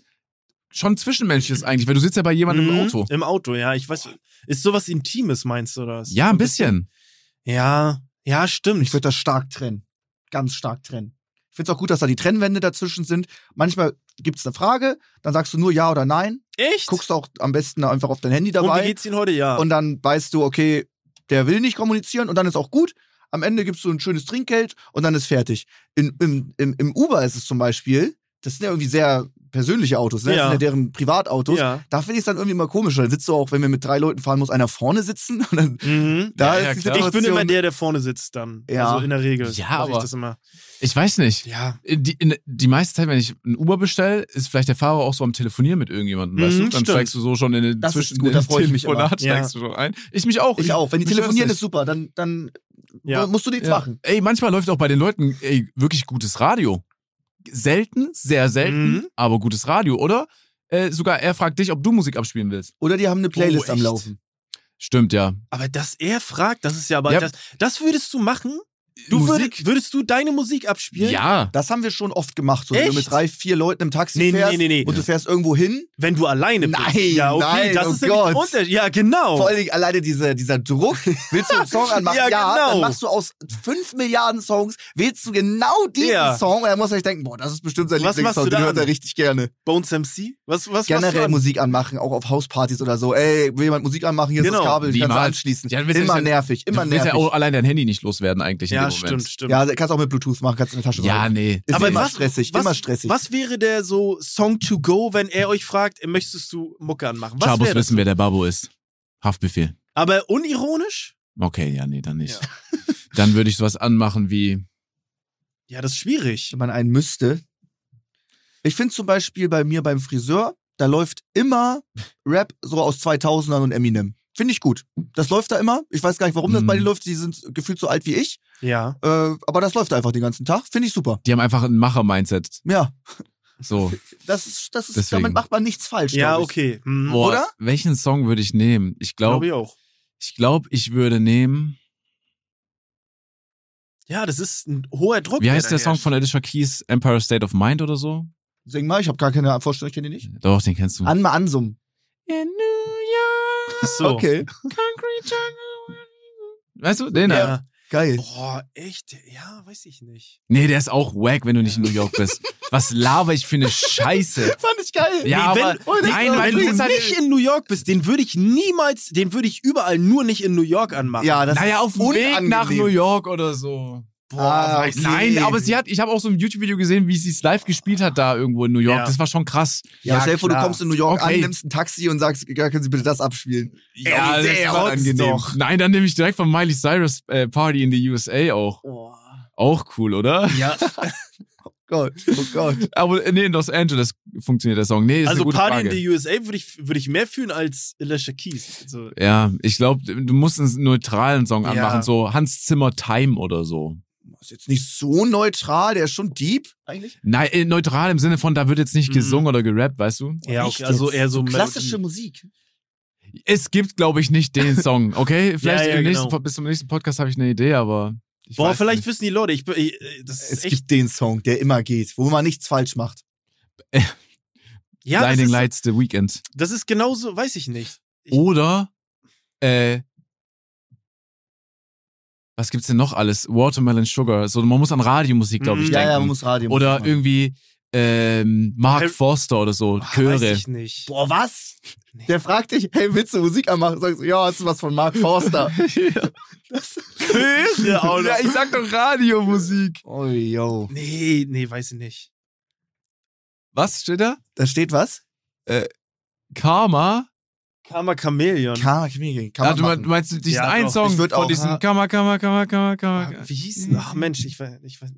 S3: schon Zwischenmenschliches eigentlich, weil du sitzt ja bei jemandem
S1: Mhm,
S3: im Auto.
S1: Im Auto, ja. Ich weiß, ist sowas Intimes, meinst du das?
S3: Ja, ein bisschen.
S1: Ja, ja, stimmt.
S2: Ich würde das stark trennen. Ganz stark trennen. Ich finde es auch gut, dass da die Trennwände dazwischen sind. Manchmal gibt's eine Frage, dann sagst du nur ja oder nein.
S1: Echt?
S2: Guckst auch am besten einfach auf dein Handy
S1: und wie
S2: dabei.
S1: geht's Ihnen heute? Ja.
S2: Und dann weißt du, okay, der will nicht kommunizieren und dann ist auch gut. Am Ende gibst du ein schönes Trinkgeld und dann ist fertig. In, im, im, Im Uber ist es zum Beispiel, das sind ja irgendwie sehr persönliche Autos, ne? das
S1: Ja.
S2: sind ja deren Privatautos.
S1: ja.
S2: Da finde ich es dann irgendwie immer komisch. Dann sitzt du auch, wenn wir mit drei Leuten fahren, muss einer vorne sitzen. Und dann,
S1: Mhm.
S2: da
S3: Ja, ja,
S2: ist die
S3: klar.
S1: Ich
S2: Situation,
S1: bin immer der, der vorne sitzt dann.
S2: Ja.
S1: Also in der Regel.
S3: Ja,
S1: mach
S3: aber-
S1: Ich das immer.
S3: Ich weiß nicht.
S1: Ja.
S3: Äh, die, in, die meiste Zeit, wenn ich einen Uber bestelle, ist vielleicht der Fahrer auch so am Telefonieren mit irgendjemandem, weißt
S1: Mhm,
S3: du? Dann
S1: stimmt.
S3: steigst du so schon in den
S2: Das ist
S3: zwischen
S2: gut, da freu ich mich
S3: Telefonat
S1: immer. Ja.
S3: steigst du schon ein. Ich mich auch.
S2: Ich auch. Wenn die
S3: mich
S2: telefonieren,
S3: stört's
S2: ist super. Dann, dann
S1: Ja.
S2: musst du nichts
S3: nicht. ja.
S2: machen.
S3: Ey, manchmal läuft auch bei den Leuten ey, wirklich gutes Radio. Selten, sehr selten,
S1: Mhm.
S3: aber gutes Radio, oder? Äh, sogar er fragt dich, ob du Musik abspielen willst.
S2: Oder die haben eine Playlist am
S1: Oh, echt?
S2: Laufen.
S3: Stimmt, ja.
S1: Aber dass er fragt, das ist ja aber.
S3: Ja.
S1: Das, das würdest du machen? Du würdest, würdest du deine Musik abspielen?
S3: Ja.
S2: Das haben wir schon oft gemacht. So, wenn du
S1: Echt?
S2: mit drei, vier Leuten im Taxi
S1: Nee, nee,
S2: fährst
S1: nee, nee.
S2: und du fährst irgendwo hin.
S1: Wenn du alleine bist.
S2: Nein,
S1: ja, okay,
S2: nein,
S1: das
S2: oh
S1: ist nämlich ein
S2: Gott.
S1: Unterschied. Ja, genau.
S2: Vor allen Dingen alleine dieser, dieser Druck. Willst du einen Song anmachen?
S1: Ja,
S2: Dann
S1: genau.
S2: machst du aus fünf Milliarden Songs, wählst du genau diesen
S1: Ja.
S2: Song und dann musst du dich denken, boah, das ist bestimmt sein
S1: Was machst
S2: Lieblingssong,
S1: du
S2: den
S1: da
S2: hört er
S1: an?
S2: richtig gerne.
S1: Bones MC? Was, was machst du
S2: Generell
S1: an?
S2: Musik anmachen, auch auf Hauspartys oder so. Ey, will jemand Musik anmachen? Hier ist das
S1: Genau.
S2: Kabel, ich kann's
S3: Niemals.
S2: anschließen.
S3: Ja, du willst
S2: immer
S3: ja-
S2: nervig, immer
S3: du willst ja
S2: nervig.
S3: auch allein dein Handy nicht loswerden eigentlich in
S1: Ja,
S3: dem Moment.
S1: stimmt, stimmt.
S2: Ja, kannst auch mit Bluetooth machen, kannst in der Tasche
S3: Ja,
S2: rein.
S3: nee.
S2: Ist
S1: Aber
S2: immer
S1: was-
S2: stressig,
S1: was-
S2: immer stressig.
S1: Was wäre der so Song to go, wenn er euch fragt, möchtest du Mucke anmachen? Was
S3: Chabos
S1: wäre das?
S3: wissen, wer der Babo ist. Haftbefehl.
S1: Aber unironisch?
S3: Okay, ja, nee, dann nicht. Dann würde ich sowas anmachen wie.
S1: Ja, das ist schwierig.
S2: wenn man einen müsste. Ich finde zum Beispiel bei mir beim Friseur, da läuft immer Rap so aus 2000ern und Eminem. Finde ich gut. Das läuft da immer. Ich weiß gar nicht, warum das
S3: Mhm.
S2: bei denen läuft. Die sind gefühlt so alt wie ich.
S1: Ja.
S2: Äh, aber das läuft einfach den ganzen Tag. Finde ich super.
S3: Die haben einfach ein Macher-Mindset.
S2: Ja,
S3: So.
S2: das ist, das ist,
S3: Deswegen.
S2: damit macht man nichts falsch.
S1: Ja,
S2: glaub ich.
S1: okay. Mhm.
S3: Boah,
S2: Oder?
S3: Welchen Song würde ich nehmen? Ich
S1: Glaube
S3: glaube,
S1: ich auch.
S3: ich glaube, ich würde nehmen.
S1: Ja, das ist ein hoher Druck.
S3: Wie heißt
S1: da
S3: der Song
S1: herrscht.
S3: von Alicia Keys? Empire State of Mind oder so?
S2: Sing mal, ich habe gar keine Vorstellung, ich kenne die nicht.
S3: Doch, den kennst du.
S2: An mal ansummen.
S3: In New York,
S1: So.
S2: Okay,
S3: Concrete Jungle. Weißt du, den? da?
S1: Ja.
S2: geil.
S1: Boah, echt? Ja, weiß ich nicht.
S3: Nee, der ist auch wack, wenn du nicht in New York bist. Was laber ich für eine Scheiße.
S2: Fand ich geil.
S3: Ja,
S1: Nee, wenn-
S3: aber nein,
S1: Wenn
S3: weil
S1: du
S3: du sitzt halt-
S1: nicht in New York bist, den würde ich niemals, den würde ich überall nur nicht in New York anmachen.
S2: Ja, das
S3: Naja,
S2: ist
S3: auf dem Weg nach
S2: unangenehm.
S3: New York oder so.
S2: Ah,
S1: weiß ich
S3: Nein,
S2: Nee.
S3: aber sie hat, ich habe auch so ein YouTube-Video gesehen, wie sie es live gespielt hat da irgendwo in New York.
S1: Ja.
S3: Das war schon krass.
S2: Ja, stell dir vor, du
S1: klar.
S2: kommst in New York
S3: Okay.
S2: an, nimmst ein Taxi und sagst, ja, können Sie bitte das abspielen.
S1: Ja,
S3: das
S2: sehr
S1: trotz
S2: unangenehm.
S1: doch.
S3: Nein, dann nehme ich direkt von Miley Cyrus äh, Party in the USA auch.
S1: Oh.
S3: Auch cool, oder?
S1: Ja,
S2: Gott, oh Gott.
S3: Aber äh, nee, in Los Angeles funktioniert der Song. Nee, ist eine
S1: also
S3: gute
S1: Party
S3: Frage.
S1: in the USA würde ich, würde ich mehr fühlen als Alicia Keys. Also,
S3: ja, ich glaube, du musst einen neutralen Song
S1: Ja.
S3: anmachen, so Hans Zimmer Time oder so.
S2: Ist jetzt nicht so neutral, der ist schon deep. Eigentlich?
S3: Nein, äh, neutral im Sinne von, da wird jetzt nicht
S1: Mhm.
S3: gesungen oder gerappt, weißt du?
S1: ja,
S2: Echt
S1: okay, also
S2: jetzt?
S1: eher so
S2: Klassische
S1: Melodie.
S2: Musik.
S3: Es gibt, glaube ich, nicht den Song, okay? Vielleicht
S1: Ja, ja,
S3: im nächsten,
S1: genau.
S3: bis zum nächsten Podcast habe ich eine Idee, aber. Ich
S1: Boah,
S3: weiß
S1: vielleicht
S3: nicht.
S1: wissen die Leute, ich, bin- ich äh, das
S2: Es
S1: ist echt.
S2: gibt den Song, der immer geht, wo man nichts falsch macht.
S1: Ja, das
S3: Blinding
S1: ist,
S3: Lights The Weekend.
S1: das ist genauso, weiß ich nicht. Ich-
S3: Oder, äh, was gibt's denn noch alles? Watermelon Sugar. So, man muss an Radiomusik, glaube ich,
S1: Mhm.
S2: Ja,
S3: denken.
S2: ja, man muss Radio.
S3: oder
S2: machen.
S3: irgendwie ähm, Mark
S1: Harry-
S3: Forster oder so,
S1: Ah,
S3: Chöre.
S1: Weiß ich nicht.
S2: Boah, was? Der fragt dich, hey, willst du Musik anmachen? Sagst du, ja, hast du was von Mark Forster?
S1: Chöre auch noch.
S3: ich sag doch Radiomusik.
S2: oh, yo.
S1: Nee, nee, weiß ich nicht.
S3: Was steht da?
S2: Da steht was?
S3: Karma?
S1: Karma Chameleon.
S2: Karma Chameleon. Kann
S3: Ah,
S2: man
S3: du mein-
S2: machen.
S3: meinst du diesen
S1: Ja,
S3: einen
S1: doch.
S3: Song
S2: Ich würd
S3: von
S2: auch-
S3: diesem Karma, Karma, Karma, Karma, Karma.
S1: Ah, Wie hieß denn? Ach Mensch, ich weiß, ich weiß.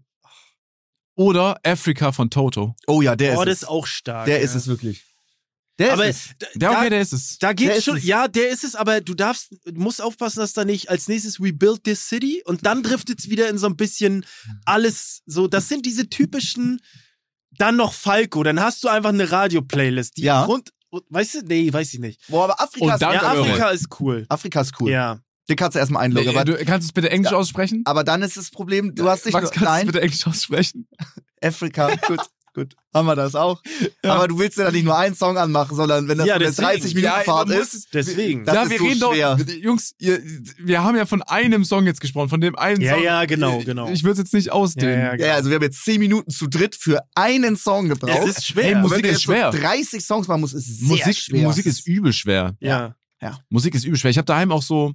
S3: Oder Africa von Toto.
S2: oh ja, der
S1: Oh,
S2: ist
S1: das ist
S2: es.
S1: auch stark.
S2: Der
S1: ja.
S2: ist es wirklich. Der
S1: aber
S2: ist es.
S1: da,
S3: Der, okay,
S1: da,
S3: der ist es.
S1: da
S2: der
S1: geht
S2: ist
S1: schon.
S2: es.
S1: Ja, der ist es, aber du darfst, du musst aufpassen, dass da nicht als nächstes We Build This City und dann driftet es wieder in so ein bisschen alles so. Das sind diese typischen, dann noch Falco. Dann hast du einfach eine Radio-Playlist. Die
S2: Ja.
S1: Grund, weißt du? Nee, weiß ich nicht.
S2: Boah, aber Afrika,
S3: Und
S2: ist,
S3: dann-
S1: Ja,
S3: Danke, Eure.
S1: Afrika ist cool.
S2: Afrika ist cool.
S1: Ja.
S2: Den kannst du erstmal einloggen.
S3: Äh,
S2: aber,
S3: du, kannst du es bitte Englisch aussprechen?
S2: aber dann ist das Problem, du hast dich
S3: Max,
S2: nur,
S3: kannst du es
S2: Nein,
S3: bitte Englisch aussprechen?
S2: Afrika, gut, gut. Haben wir das auch. Aber du willst ja dann nicht nur einen Song anmachen, sondern wenn das
S1: Ja,
S2: so eine
S1: deswegen.
S2: 30-Minuten-Fahrt
S3: man muss
S2: ist.
S3: es-
S1: Deswegen.
S2: Das
S3: ja,
S2: ist
S3: wir
S2: so
S3: reden
S2: schwer.
S3: doch, Jungs, ihr, wir haben ja von einem Song jetzt gesprochen, von dem einen
S1: Ja,
S3: Song.
S1: ja, genau, genau.
S3: Ich würde es jetzt nicht
S1: Ja, genau.
S3: ausdehnen.
S1: ja,
S2: Ja, genau. also wir haben jetzt 10 Minuten zu dritt für einen Song gebraucht.
S1: Es ist schwer.
S3: Hey,
S2: Und
S3: Musik
S2: wenn du
S3: ist
S2: jetzt
S3: schwer.
S2: So 30 Songs machen musst, ist sehr
S3: Musik,
S2: schwer.
S3: Musik ist übel schwer.
S1: ja.
S3: Musik ist übel schwer. Ich habe daheim auch so,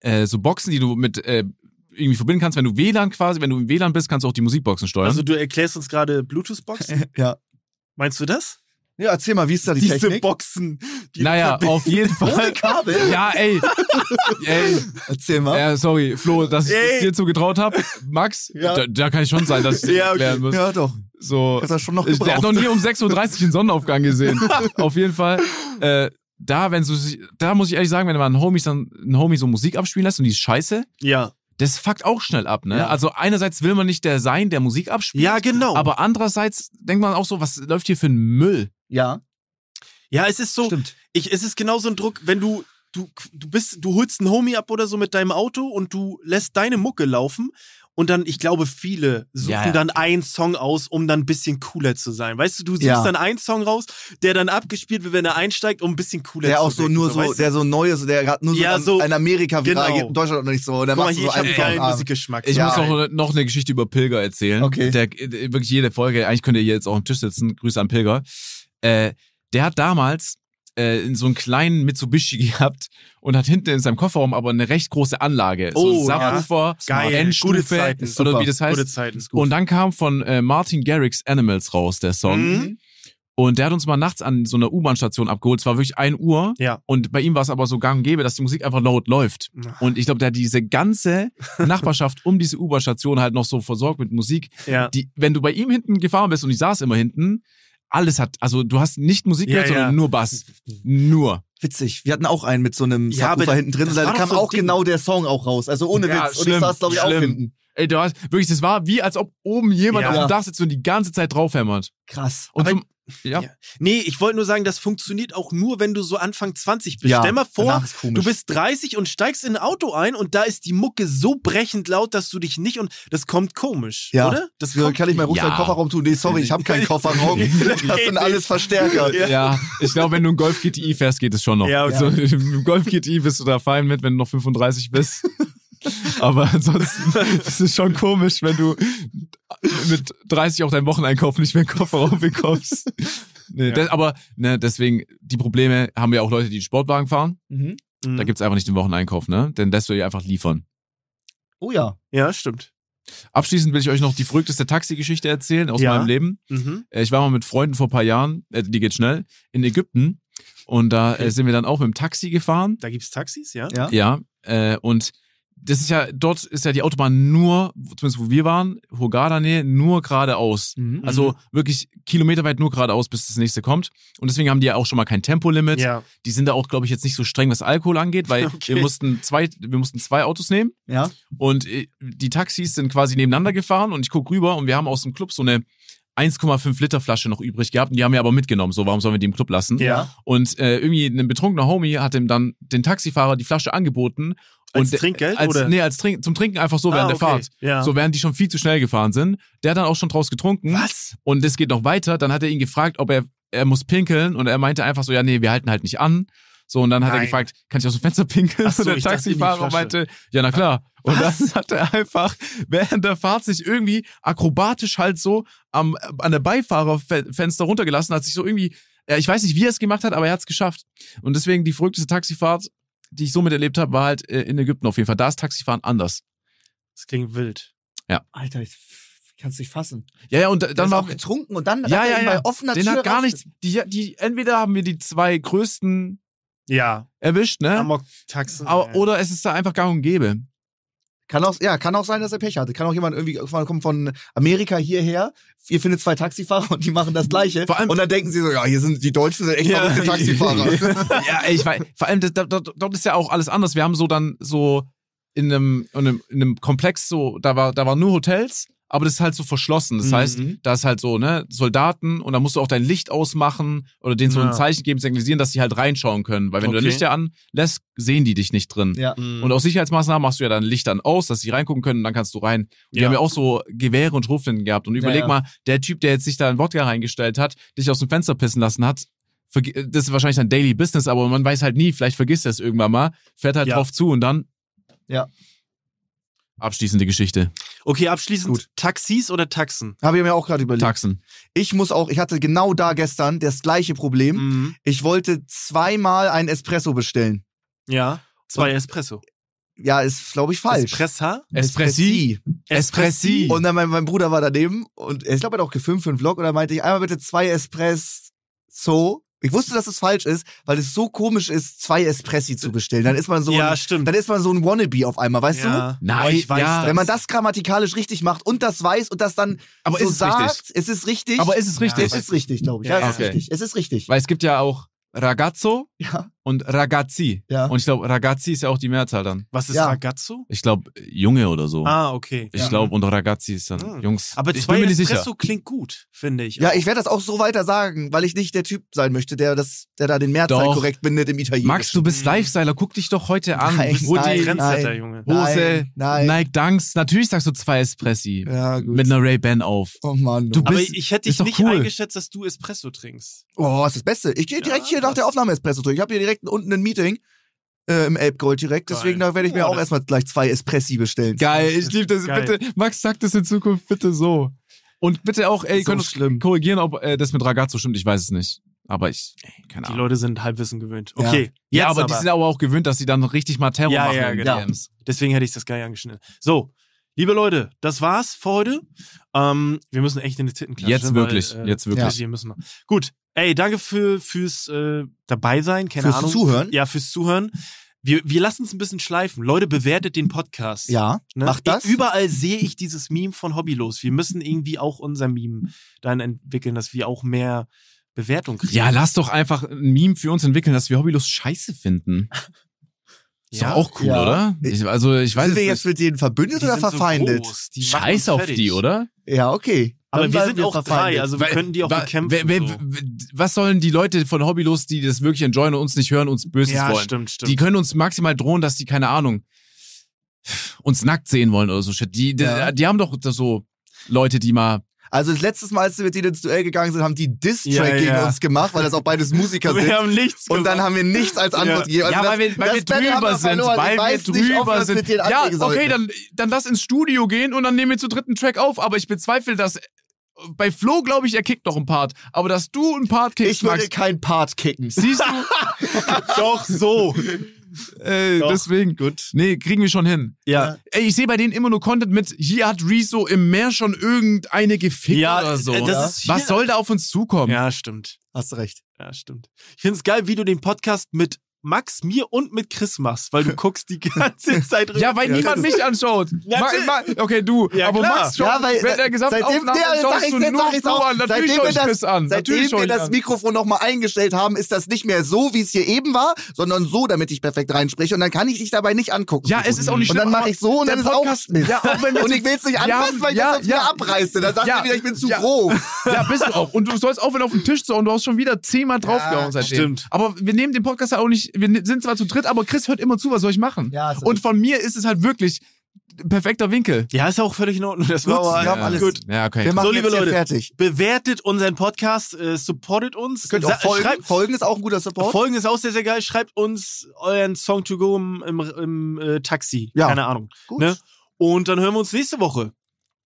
S3: äh, so Boxen, die du mit äh, irgendwie verbinden kannst. Wenn du WLAN quasi, wenn du im WLAN bist, kannst du auch die Musikboxen steuern.
S1: Also du erklärst uns gerade Bluetooth-Boxen?
S2: Ja.
S1: Meinst du das?
S2: Ja, erzähl mal, wie ist da die Technik?
S1: Boxen. Die
S3: naja, auf jeden Fall.
S2: Kabel?
S3: Ja, ey. ey.
S2: Erzähl mal.
S3: Äh, sorry, Flo, dass ich
S1: Ey.
S3: es dir zugetraut habe. Max,
S2: Ja.
S3: da, da kann ich schon sein, dass ich es
S1: Ja, okay.
S3: erklären muss.
S2: Ja, doch.
S3: So,
S2: Das hast du schon noch
S3: ich, der hat
S2: gebraucht.
S3: noch nie um 6.30 Uhr den Sonnenaufgang gesehen. auf jeden Fall. Äh, da, wenn so, da muss ich ehrlich sagen, wenn man einen Homie, einen Homie so Musik abspielen lässt und die ist scheiße,
S1: Ja.
S3: das fuckt auch schnell ab, ne?
S2: Ja.
S3: Also einerseits will man nicht der sein, der Musik abspielt,
S1: Ja, genau.
S3: aber andererseits denkt man auch so, was läuft hier für ein Müll?
S2: Ja,
S1: ja, es ist so,
S2: stimmt.
S1: ich, es ist genauso ein Druck, wenn du, du, du bist, du holst einen Homie ab oder so mit deinem Auto und du lässt deine Mucke laufen. Und dann, ich glaube, viele suchen
S3: Ja, ja.
S1: dann einen Song aus, um dann ein bisschen cooler zu sein. Weißt du, du suchst
S2: Ja.
S1: dann einen Song raus, der dann abgespielt wird, wenn er einsteigt, um ein bisschen cooler
S2: Der
S1: zu
S2: auch so
S1: wirken,
S2: nur so,
S1: weißt du?
S2: der so neu ist, der gerade nur so,
S1: Ja,
S2: an-
S1: so-
S2: in Amerika viral
S1: genau.
S2: geht, in Deutschland noch nicht so. Und dann
S1: Guck mal
S2: machst
S1: hier, ich
S2: du so
S1: habe
S2: einen
S1: einen
S2: Song
S1: geilen
S2: ab.
S1: Musikgeschmack.
S3: Ich
S2: Ja.
S3: muss auch noch eine Geschichte über Pilger erzählen.
S2: Okay.
S3: Der, der- wirklich jede Folge, eigentlich könnt ihr jetzt auch am Tisch sitzen. Grüße an Pilger. Äh, der hat damals äh, in so einen kleinen Mitsubishi gehabt und hat hinten in seinem Kofferraum aber eine recht große Anlage.
S1: Oh,
S3: so
S1: ja.
S3: Subwoofer,
S1: Geil. Gute
S3: Endstufe,
S1: Zeiten.
S3: oder
S2: Super.
S3: wie das heißt.
S1: Gute Zeiten.
S3: Und dann kam von äh, Martin Garrix Animals raus, der Song.
S1: Mhm.
S3: Und der hat uns mal nachts an so einer U-Bahn-Station abgeholt. Es war wirklich 1 Uhr.
S1: Ja.
S3: Und bei ihm war es aber so gang und gäbe, dass die Musik einfach laut läuft. Und ich glaube, der hat diese ganze Nachbarschaft um diese U-Bahn-Station halt noch so versorgt mit Musik.
S1: Ja.
S3: Die, wenn du bei ihm hinten gefahren bist und ich saß immer hinten, alles hat, also du hast nicht Musik
S1: Ja,
S3: gehört,
S1: ja.
S3: sondern nur Bass. Nur.
S2: Witzig. Wir hatten auch einen mit so einem
S1: Ja,
S2: Subwoofer
S1: aber
S2: hinten drin.
S1: das
S2: Und da
S1: war doch
S2: kam
S1: so ein
S2: auch
S1: Ding.
S2: genau der Song auch raus. Also ohne
S3: Ja,
S2: Witz. Und
S3: schlimm,
S2: ich saß, glaube ich, auch
S3: schlimm.
S2: hinten.
S3: Ey, du hast, wirklich, das war wie, als ob oben jemand
S1: Ja.
S3: auf dem Dach sitzt und die ganze Zeit draufhämmert.
S2: Krass.
S3: Und
S2: Aber
S3: zum, ja.
S1: Ja. Nee, ich wollte nur sagen, das funktioniert auch nur, wenn du so Anfang 20 bist.
S2: Ja,
S1: Stell mal vor,
S2: danach ist komisch.
S1: du bist 30 und steigst in ein Auto ein und da ist die Mucke so brechend laut, dass du dich nicht und das kommt komisch,
S2: Ja.
S1: oder? Das
S2: So,
S1: kommt
S2: kann ich meinen Rucksack
S3: Ja.
S2: in den Kofferraum tun? Nee, sorry, ich habe keinen Kofferraum. Das sind alles Verstärker.
S1: Ja.
S3: Ja, ich glaube, wenn du einen Golf GTI fährst, geht es schon noch.
S1: Ja, okay.
S3: also, Im Golf GTI bist du da fein mit, wenn du noch 35 bist. Aber ansonsten ist es schon komisch, wenn du mit 30 auch deinen Wocheneinkauf nicht mehr in den Kofferraum bekommst. Nee,
S1: Ja.
S3: das, aber ne, deswegen, die Probleme haben ja auch Leute, die einen Sportwagen fahren.
S2: Mhm.
S1: Mhm.
S3: Da gibt's einfach nicht den Wocheneinkauf, ne? Denn das will ja einfach liefern.
S2: Oh ja.
S1: ja, stimmt.
S3: Abschließend will ich euch noch die verrückteste Taxigeschichte erzählen aus
S1: Ja.
S3: meinem Leben.
S1: Mhm.
S3: Äh, Ich war mal mit Freunden vor ein paar Jahren, äh, die geht schnell, in Ägypten. Und da äh, sind wir dann auch mit dem Taxi gefahren.
S1: Da gibt es Taxis, ja?
S2: Ja.
S3: Ja. Äh, und das ist ja, dort ist ja die Autobahn nur, zumindest wo wir waren, Hurghada-Nähe, nur geradeaus.
S2: Mhm.
S3: Also wirklich kilometerweit nur geradeaus, bis das nächste kommt. Und deswegen haben die ja auch schon mal kein Tempolimit.
S1: Ja.
S3: Die sind da auch, glaube ich, jetzt nicht so streng, was Alkohol angeht, weil
S1: Okay.
S3: wir, mussten zwei, wir mussten zwei Autos nehmen.
S2: Ja.
S3: Und äh, die Taxis sind quasi nebeneinander gefahren und ich guck rüber und wir haben aus dem Club so eine 1,5 Liter Flasche noch übrig gehabt und die haben wir aber mitgenommen. So, warum sollen wir die im Club lassen?
S1: Ja.
S3: Und äh, irgendwie ein betrunkener Homie hat ihm dann den Taxifahrer die Flasche angeboten.
S1: Als
S3: und der-
S1: Trinkgeld
S3: als,
S1: oder?
S3: Nee, als Trink, zum Trinken einfach so
S1: Ah,
S3: während
S1: okay.
S3: der Fahrt.
S1: Ja.
S3: So, während die schon viel zu schnell gefahren sind. Der hat dann auch schon draus getrunken.
S1: Was?
S3: Und es geht noch weiter. Dann hat er ihn gefragt, ob er, er muss pinkeln. Und er meinte einfach so, ja, nee, wir halten halt nicht an. So, und dann hat
S1: Nein.
S3: er gefragt, kann ich aus dem Fenster pinkeln?
S1: Ach so,
S3: und der
S1: ich dachte, in die
S3: Taxifahrer
S1: Flasche.
S3: meinte, ja, na klar. Und dann hat er einfach während der Fahrt sich irgendwie akrobatisch halt so am, an der Beifahrerfenster runtergelassen, hat sich so irgendwie, ja, ich weiß nicht, wie er es gemacht hat, aber er hat es geschafft. Und deswegen die verrückteste Taxifahrt, die ich so miterlebt habe, war halt äh, in Ägypten auf jeden Fall. Da ist Taxifahren anders.
S1: Das klingt wild.
S2: Alter, ich kann's nicht fassen.
S3: Ja, ja, und äh,
S2: Der
S3: dann
S2: ist
S3: war
S2: auch getrunken und dann
S3: Ja,
S2: hat er
S3: ja,
S2: ihn
S3: ja.
S2: bei offener
S3: Den
S2: Tür
S3: hat gar
S2: raus-
S3: nichts. Die, die, entweder haben wir die zwei größten
S1: Ja.
S3: erwischt, ne?
S1: Amok-Taxen.
S3: Aber, oder es ist da einfach gar und gäbe.
S2: Kann auch, ja, kann auch sein, dass er Pech hatte. Kann auch jemand irgendwie irgendwann kommt von Amerika hierher. Ihr findet zwei Taxifahrer und die machen das Gleiche.
S3: Vor allem-
S2: und dann denken sie so, ja, hier sind die Deutschen sind echt verrückte Taxifahrer.
S3: ja, ey, ich weiß. Vor allem, das- dort, dort- dort ist ja auch alles anders. Wir haben so dann so in einem, in einem, in einem Komplex so, da war, da waren nur Hotels, aber das ist halt so verschlossen. Das
S1: Mhm.
S3: heißt, da ist halt so, ne, Soldaten und da musst du auch dein Licht ausmachen oder denen so
S1: Ja.
S3: ein Zeichen geben, signalisieren, dass die halt reinschauen können. Weil wenn du
S1: Okay.
S3: dein Licht ja anlässt, sehen die dich nicht drin.
S2: ja.
S1: Mhm.
S3: Und aus Sicherheitsmaßnahmen machst du ja dann Licht dann aus, dass sie reingucken können und dann kannst du rein. Und die
S1: Ja.
S3: haben ja auch so Gewehre und Schrotflinten gehabt. Und überleg
S2: ja.
S3: mal, der Typ, der jetzt sich da in Wodka reingestellt hat, dich aus dem Fenster pissen lassen hat, verge- äh, das ist wahrscheinlich dann Daily Business, aber man weiß halt nie, vielleicht vergisst er es irgendwann mal, fährt halt
S1: Ja.
S3: drauf zu und dann.
S2: Ja.
S3: Abschließende Geschichte.
S1: Okay, abschließend.
S2: Gut.
S1: Taxis oder Taxen?
S2: Habe ich mir auch gerade überlegt.
S3: Taxen.
S2: Ich muss auch, ich hatte genau da gestern das gleiche Problem.
S1: Mhm.
S2: Ich wollte zweimal einen Espresso bestellen.
S1: Ja. Zwei Espresso.
S2: Ja, ist, glaube ich, falsch.
S1: Espressa?
S3: Espressi. Espressi.
S2: Und dann mein, mein Bruder war daneben und er- ich glaube, er hat auch gefilmt für einen Vlog und da meinte ich, einmal bitte zwei Espresso. Ich wusste, dass es falsch ist, weil es so komisch ist, zwei Espressi zu bestellen. Dann ist man so
S1: ja,
S2: ein,
S1: stimmt.
S2: dann ist man so ein Wannabe auf einmal, weißt
S1: ja.
S3: Nein,
S1: Boah, ich weiß
S3: ja.
S2: du? Wenn man das grammatikalisch richtig macht und das weiß und das dann
S3: Aber
S2: so
S3: ist es
S2: sagt,
S3: richtig?
S2: es ist richtig.
S3: Aber ist es richtig?
S2: es ist richtig, glaube ich. Ja,
S1: Ja,
S2: es ist
S3: okay.
S2: richtig. Es ist richtig.
S3: Weil es gibt ja auch Ragazzo
S2: Ja.
S3: und Ragazzi.
S2: Ja.
S3: Und ich glaube, Ragazzi ist ja auch die Mehrzahl dann.
S1: Was ist
S2: Ja.
S1: Ragazzo?
S3: Ich glaube, Junge oder so.
S1: Ah, okay.
S3: Ich
S2: Ja.
S3: glaube, unter Ragazzi ist dann
S1: Mhm.
S3: Jungs.
S1: Aber
S3: ich
S1: zwei
S3: bin mir nicht
S1: Espresso
S3: sicher.
S1: klingt gut, finde ich.
S2: Ja, ich werde das auch so weiter sagen, weil ich nicht der Typ sein möchte, der das, der da den Mehrzahl
S3: Doch.
S2: korrekt bindet im Italienischen.
S3: Max, du bist Lifestyler, guck dich doch heute an.
S2: Nein,
S3: Hoodie,
S2: nein.
S1: Trendsetter, Junge.
S3: Hose,
S2: Nein, nein.
S3: Nike Dunks. Natürlich sagst du zwei Espressi
S2: Ja, gut.
S3: mit einer Ray-Ban auf.
S2: oh Mann. Du
S3: Du
S1: Aber
S3: bist-
S1: ich hätte dich
S3: ist doch
S1: nicht
S3: cool.
S1: eingeschätzt, dass du Espresso trinkst.
S2: Oh, ist das Beste. Ich gehe direkt
S1: Ja,
S2: hier nach der
S1: krass.
S2: Aufnahme Espresso durch. Ich habe hier direkt unten ein Meeting äh, im Elbgold direkt.
S1: Geil.
S2: Deswegen da werde ich mir
S1: Ja,
S2: auch
S1: das-
S2: erstmal gleich zwei Espressi bestellen.
S3: Geil, ich liebe das.
S1: Geil.
S3: Bitte, Max, sag das in Zukunft bitte so. Und bitte auch, ey, ihr
S2: So
S3: könnt uns
S2: schlimm.
S3: korrigieren, ob äh, das mit Ragazzo stimmt. Ich weiß es nicht. Aber ich, ey, keine
S1: Die
S3: Ahnung.
S1: Leute sind Halbwissen gewöhnt.
S2: Ja.
S1: Okay,
S3: ja,
S1: jetzt
S3: aber,
S1: aber,
S3: die sind aber auch gewöhnt, dass sie dann richtig mal Terror
S1: Ja,
S3: machen.
S1: ja,
S3: in
S1: genau.
S3: DMs.
S1: Deswegen hätte ich das gar nicht angeschnitten. So, liebe Leute, das war's für heute. Ähm, wir müssen echt in die Titten klatschen.
S3: Jetzt wirklich,
S1: weil, äh,
S3: jetzt wirklich.
S1: Wir müssen noch. Gut, ey, danke für, fürs äh, Dabeisein, keine
S2: Fürs
S1: Ahnung.
S2: Zuhören.
S1: Ja, fürs Zuhören. Wir, wir lassen es ein bisschen schleifen. Leute, bewertet den Podcast.
S2: Ja,
S1: Ne?
S2: macht das.
S1: Ich, überall sehe ich dieses Meme von Hobbylos. Wir müssen irgendwie auch unser
S3: Hm.
S1: Meme dann entwickeln, dass wir auch mehr Bewertung kriegen.
S3: Ja, lass doch einfach ein Meme für uns entwickeln, dass wir Hobbylos scheiße finden. Ist
S1: Ja.
S3: doch auch cool,
S2: Ja.
S3: oder? Ich, also, ich weiß
S2: sind wir
S3: es
S2: jetzt mit denen verbündet
S1: Die
S2: oder
S1: sind so
S2: verfeindet?
S1: groß, die
S3: nicht.
S1: machen uns
S3: Scheiß auf
S1: fertig.
S3: die, oder?
S2: ja, okay.
S1: Aber
S2: Dann
S1: wir
S2: bleiben
S1: sind auch drei,
S2: verfeindet.
S1: also wir
S3: Weil-
S1: können die auch
S3: wa-
S1: bekämpfen.
S3: wer- wer-
S1: so.
S3: w- Was sollen die Leute von Hobbylos, die das wirklich enjoyen und uns nicht hören, uns Böses
S1: Ja,
S3: wollen?
S1: stimmt, stimmt.
S3: Die können uns maximal drohen, dass die, keine Ahnung, uns nackt sehen wollen oder so shit. Die, die,
S2: Ja.
S3: die haben doch so Leute, die mal.
S2: Also das letzte Mal, als wir mit denen ins Duell gegangen sind, haben die Diss-Track
S1: Ja, ja.
S2: gegen uns gemacht, weil das auch beides Musiker sind.
S1: wir haben nichts
S2: Und dann
S1: gemacht.
S2: haben wir nichts als Antwort
S1: Ja.
S2: gegeben. Also
S3: Genau. ja,
S2: das,
S3: weil wir, weil
S2: das
S3: wir
S2: Battle haben
S3: drüber sind.
S2: verloren.
S3: Weil
S2: ich
S3: wir
S2: weiß nicht, ob wir
S3: drüber
S2: das
S3: sind.
S2: Mit denen
S3: Ja,
S2: anlegen
S3: okay,
S2: sollten.
S3: dann, dann lass ins Studio gehen und dann nehmen wir zu dritten Track auf. Aber ich bezweifle, dass bei Flo, glaube ich, er kickt noch einen Part. Aber dass du einen Part kickst,
S2: Ich würde
S3: Max,
S2: kein Part kicken.
S3: siehst du,
S1: Doch so.
S3: Äh,
S1: Doch.
S3: deswegen.
S1: Gut.
S3: Nee, kriegen wir schon hin.
S1: Ja.
S3: Ey, ich sehe bei denen immer nur Content mit, hier hat Rezo im Meer schon irgendeine gefickt
S1: Ja,
S3: oder so.
S1: äh, das
S3: ja?
S1: ist
S3: Was
S1: hier-
S3: soll da auf uns zukommen?
S1: Ja, stimmt.
S2: Hast du recht.
S1: Ja, stimmt. Ich finde es geil, wie du den Podcast mit Max, mir und mit Chris machst, weil du guckst die ganze Zeit
S3: Ja, weil
S2: Ja,
S3: niemand mich anschaut.
S1: Ja,
S3: Ma,
S1: natürlich.
S3: ma, okay, du.
S1: Ja,
S3: aber
S1: klar.
S3: Max, schon,
S2: Ja, weil-
S3: während der gesamten
S2: seitdem-
S3: Aufnahme
S2: Ja, sag
S3: schaust
S2: ich's
S3: du
S2: jetzt,
S3: nur
S2: sag ich's
S3: Flo
S2: auch.
S3: an. Natürlich
S2: Seitdem
S3: schaue ich
S2: wir das-
S3: Chris an. Natürlich
S2: Seitdem
S3: schaue
S2: wir
S3: ich
S2: das
S3: an.
S2: Mikrofon nochmal eingestellt haben, ist das nicht mehr so, wie es hier eben war, sondern so, damit ich perfekt reinspreche. Und dann kann ich dich dabei nicht angucken.
S3: Ja, es ist auch nicht
S2: Und dann
S3: schlimm,
S2: mache ich so und
S3: der
S2: dann ist auch
S3: Podcast-
S2: Mist.
S3: Ja, auch wenn wir
S2: und ich will es nicht
S3: Ja,
S2: anfassen, weil ich
S3: ja,
S2: das sonst wieder
S3: ja.
S2: abreiße. Dann sagt
S3: Ja.
S2: ihr wieder, ich bin zu
S3: Ja.
S2: grob.
S3: Ja, bist du auch. Und du sollst aufhören auf den Tisch zu und du hast schon wieder zehnmal draufgehauen seitdem.
S1: stimmt.
S3: Aber wir nehmen den Podcast ja auch nicht, wir ne- sind zwar zu dritt, aber Chris hört immer zu, was soll ich machen?
S2: Ja, ist
S3: und von mir ist es halt wirklich perfekter Winkel.
S1: Ja, ist ja auch völlig in Ordnung. Das
S2: Gut,
S1: war aber
S2: wir haben alles.
S1: gut.
S3: Ja, okay.
S2: Wir machen
S1: liebe
S2: jetzt hier
S1: Leute.
S2: fertig.
S1: Bewertet unseren Podcast, äh, supportet uns.
S2: Könnt
S1: Sa-
S2: auch folgen.
S1: Schreibt,
S2: Folgen ist auch ein guter Support.
S1: folgen ist auch sehr, sehr geil. Schreibt uns euren Song to go im, im, im äh, Taxi.
S2: Ja.
S1: Keine Ahnung.
S2: Gut.
S1: Ne? Und dann hören wir uns nächste Woche.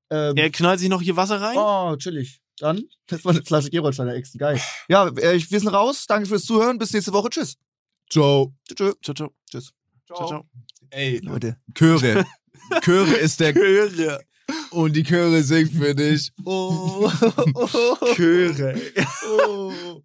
S2: Ähm,
S1: Er knallt sich noch hier Wasser rein.
S2: Oh, chillig. Dann, das war eine Flasche Gerolsteiner Echsen. Geil. Ja, äh, wir sind raus. Danke fürs Zuhören. Bis nächste Woche. Tschüss.
S3: Ciao.
S2: Tschüss. tschüss.
S1: Ciao, ciao.
S2: Tschüss.
S1: Ciao, ciao.
S3: Ey,
S2: Leute.
S3: Chöre. Chöre ist der
S1: Chöre.
S3: und die Chöre singt für dich.
S2: Oh.
S1: Chöre.
S2: oh.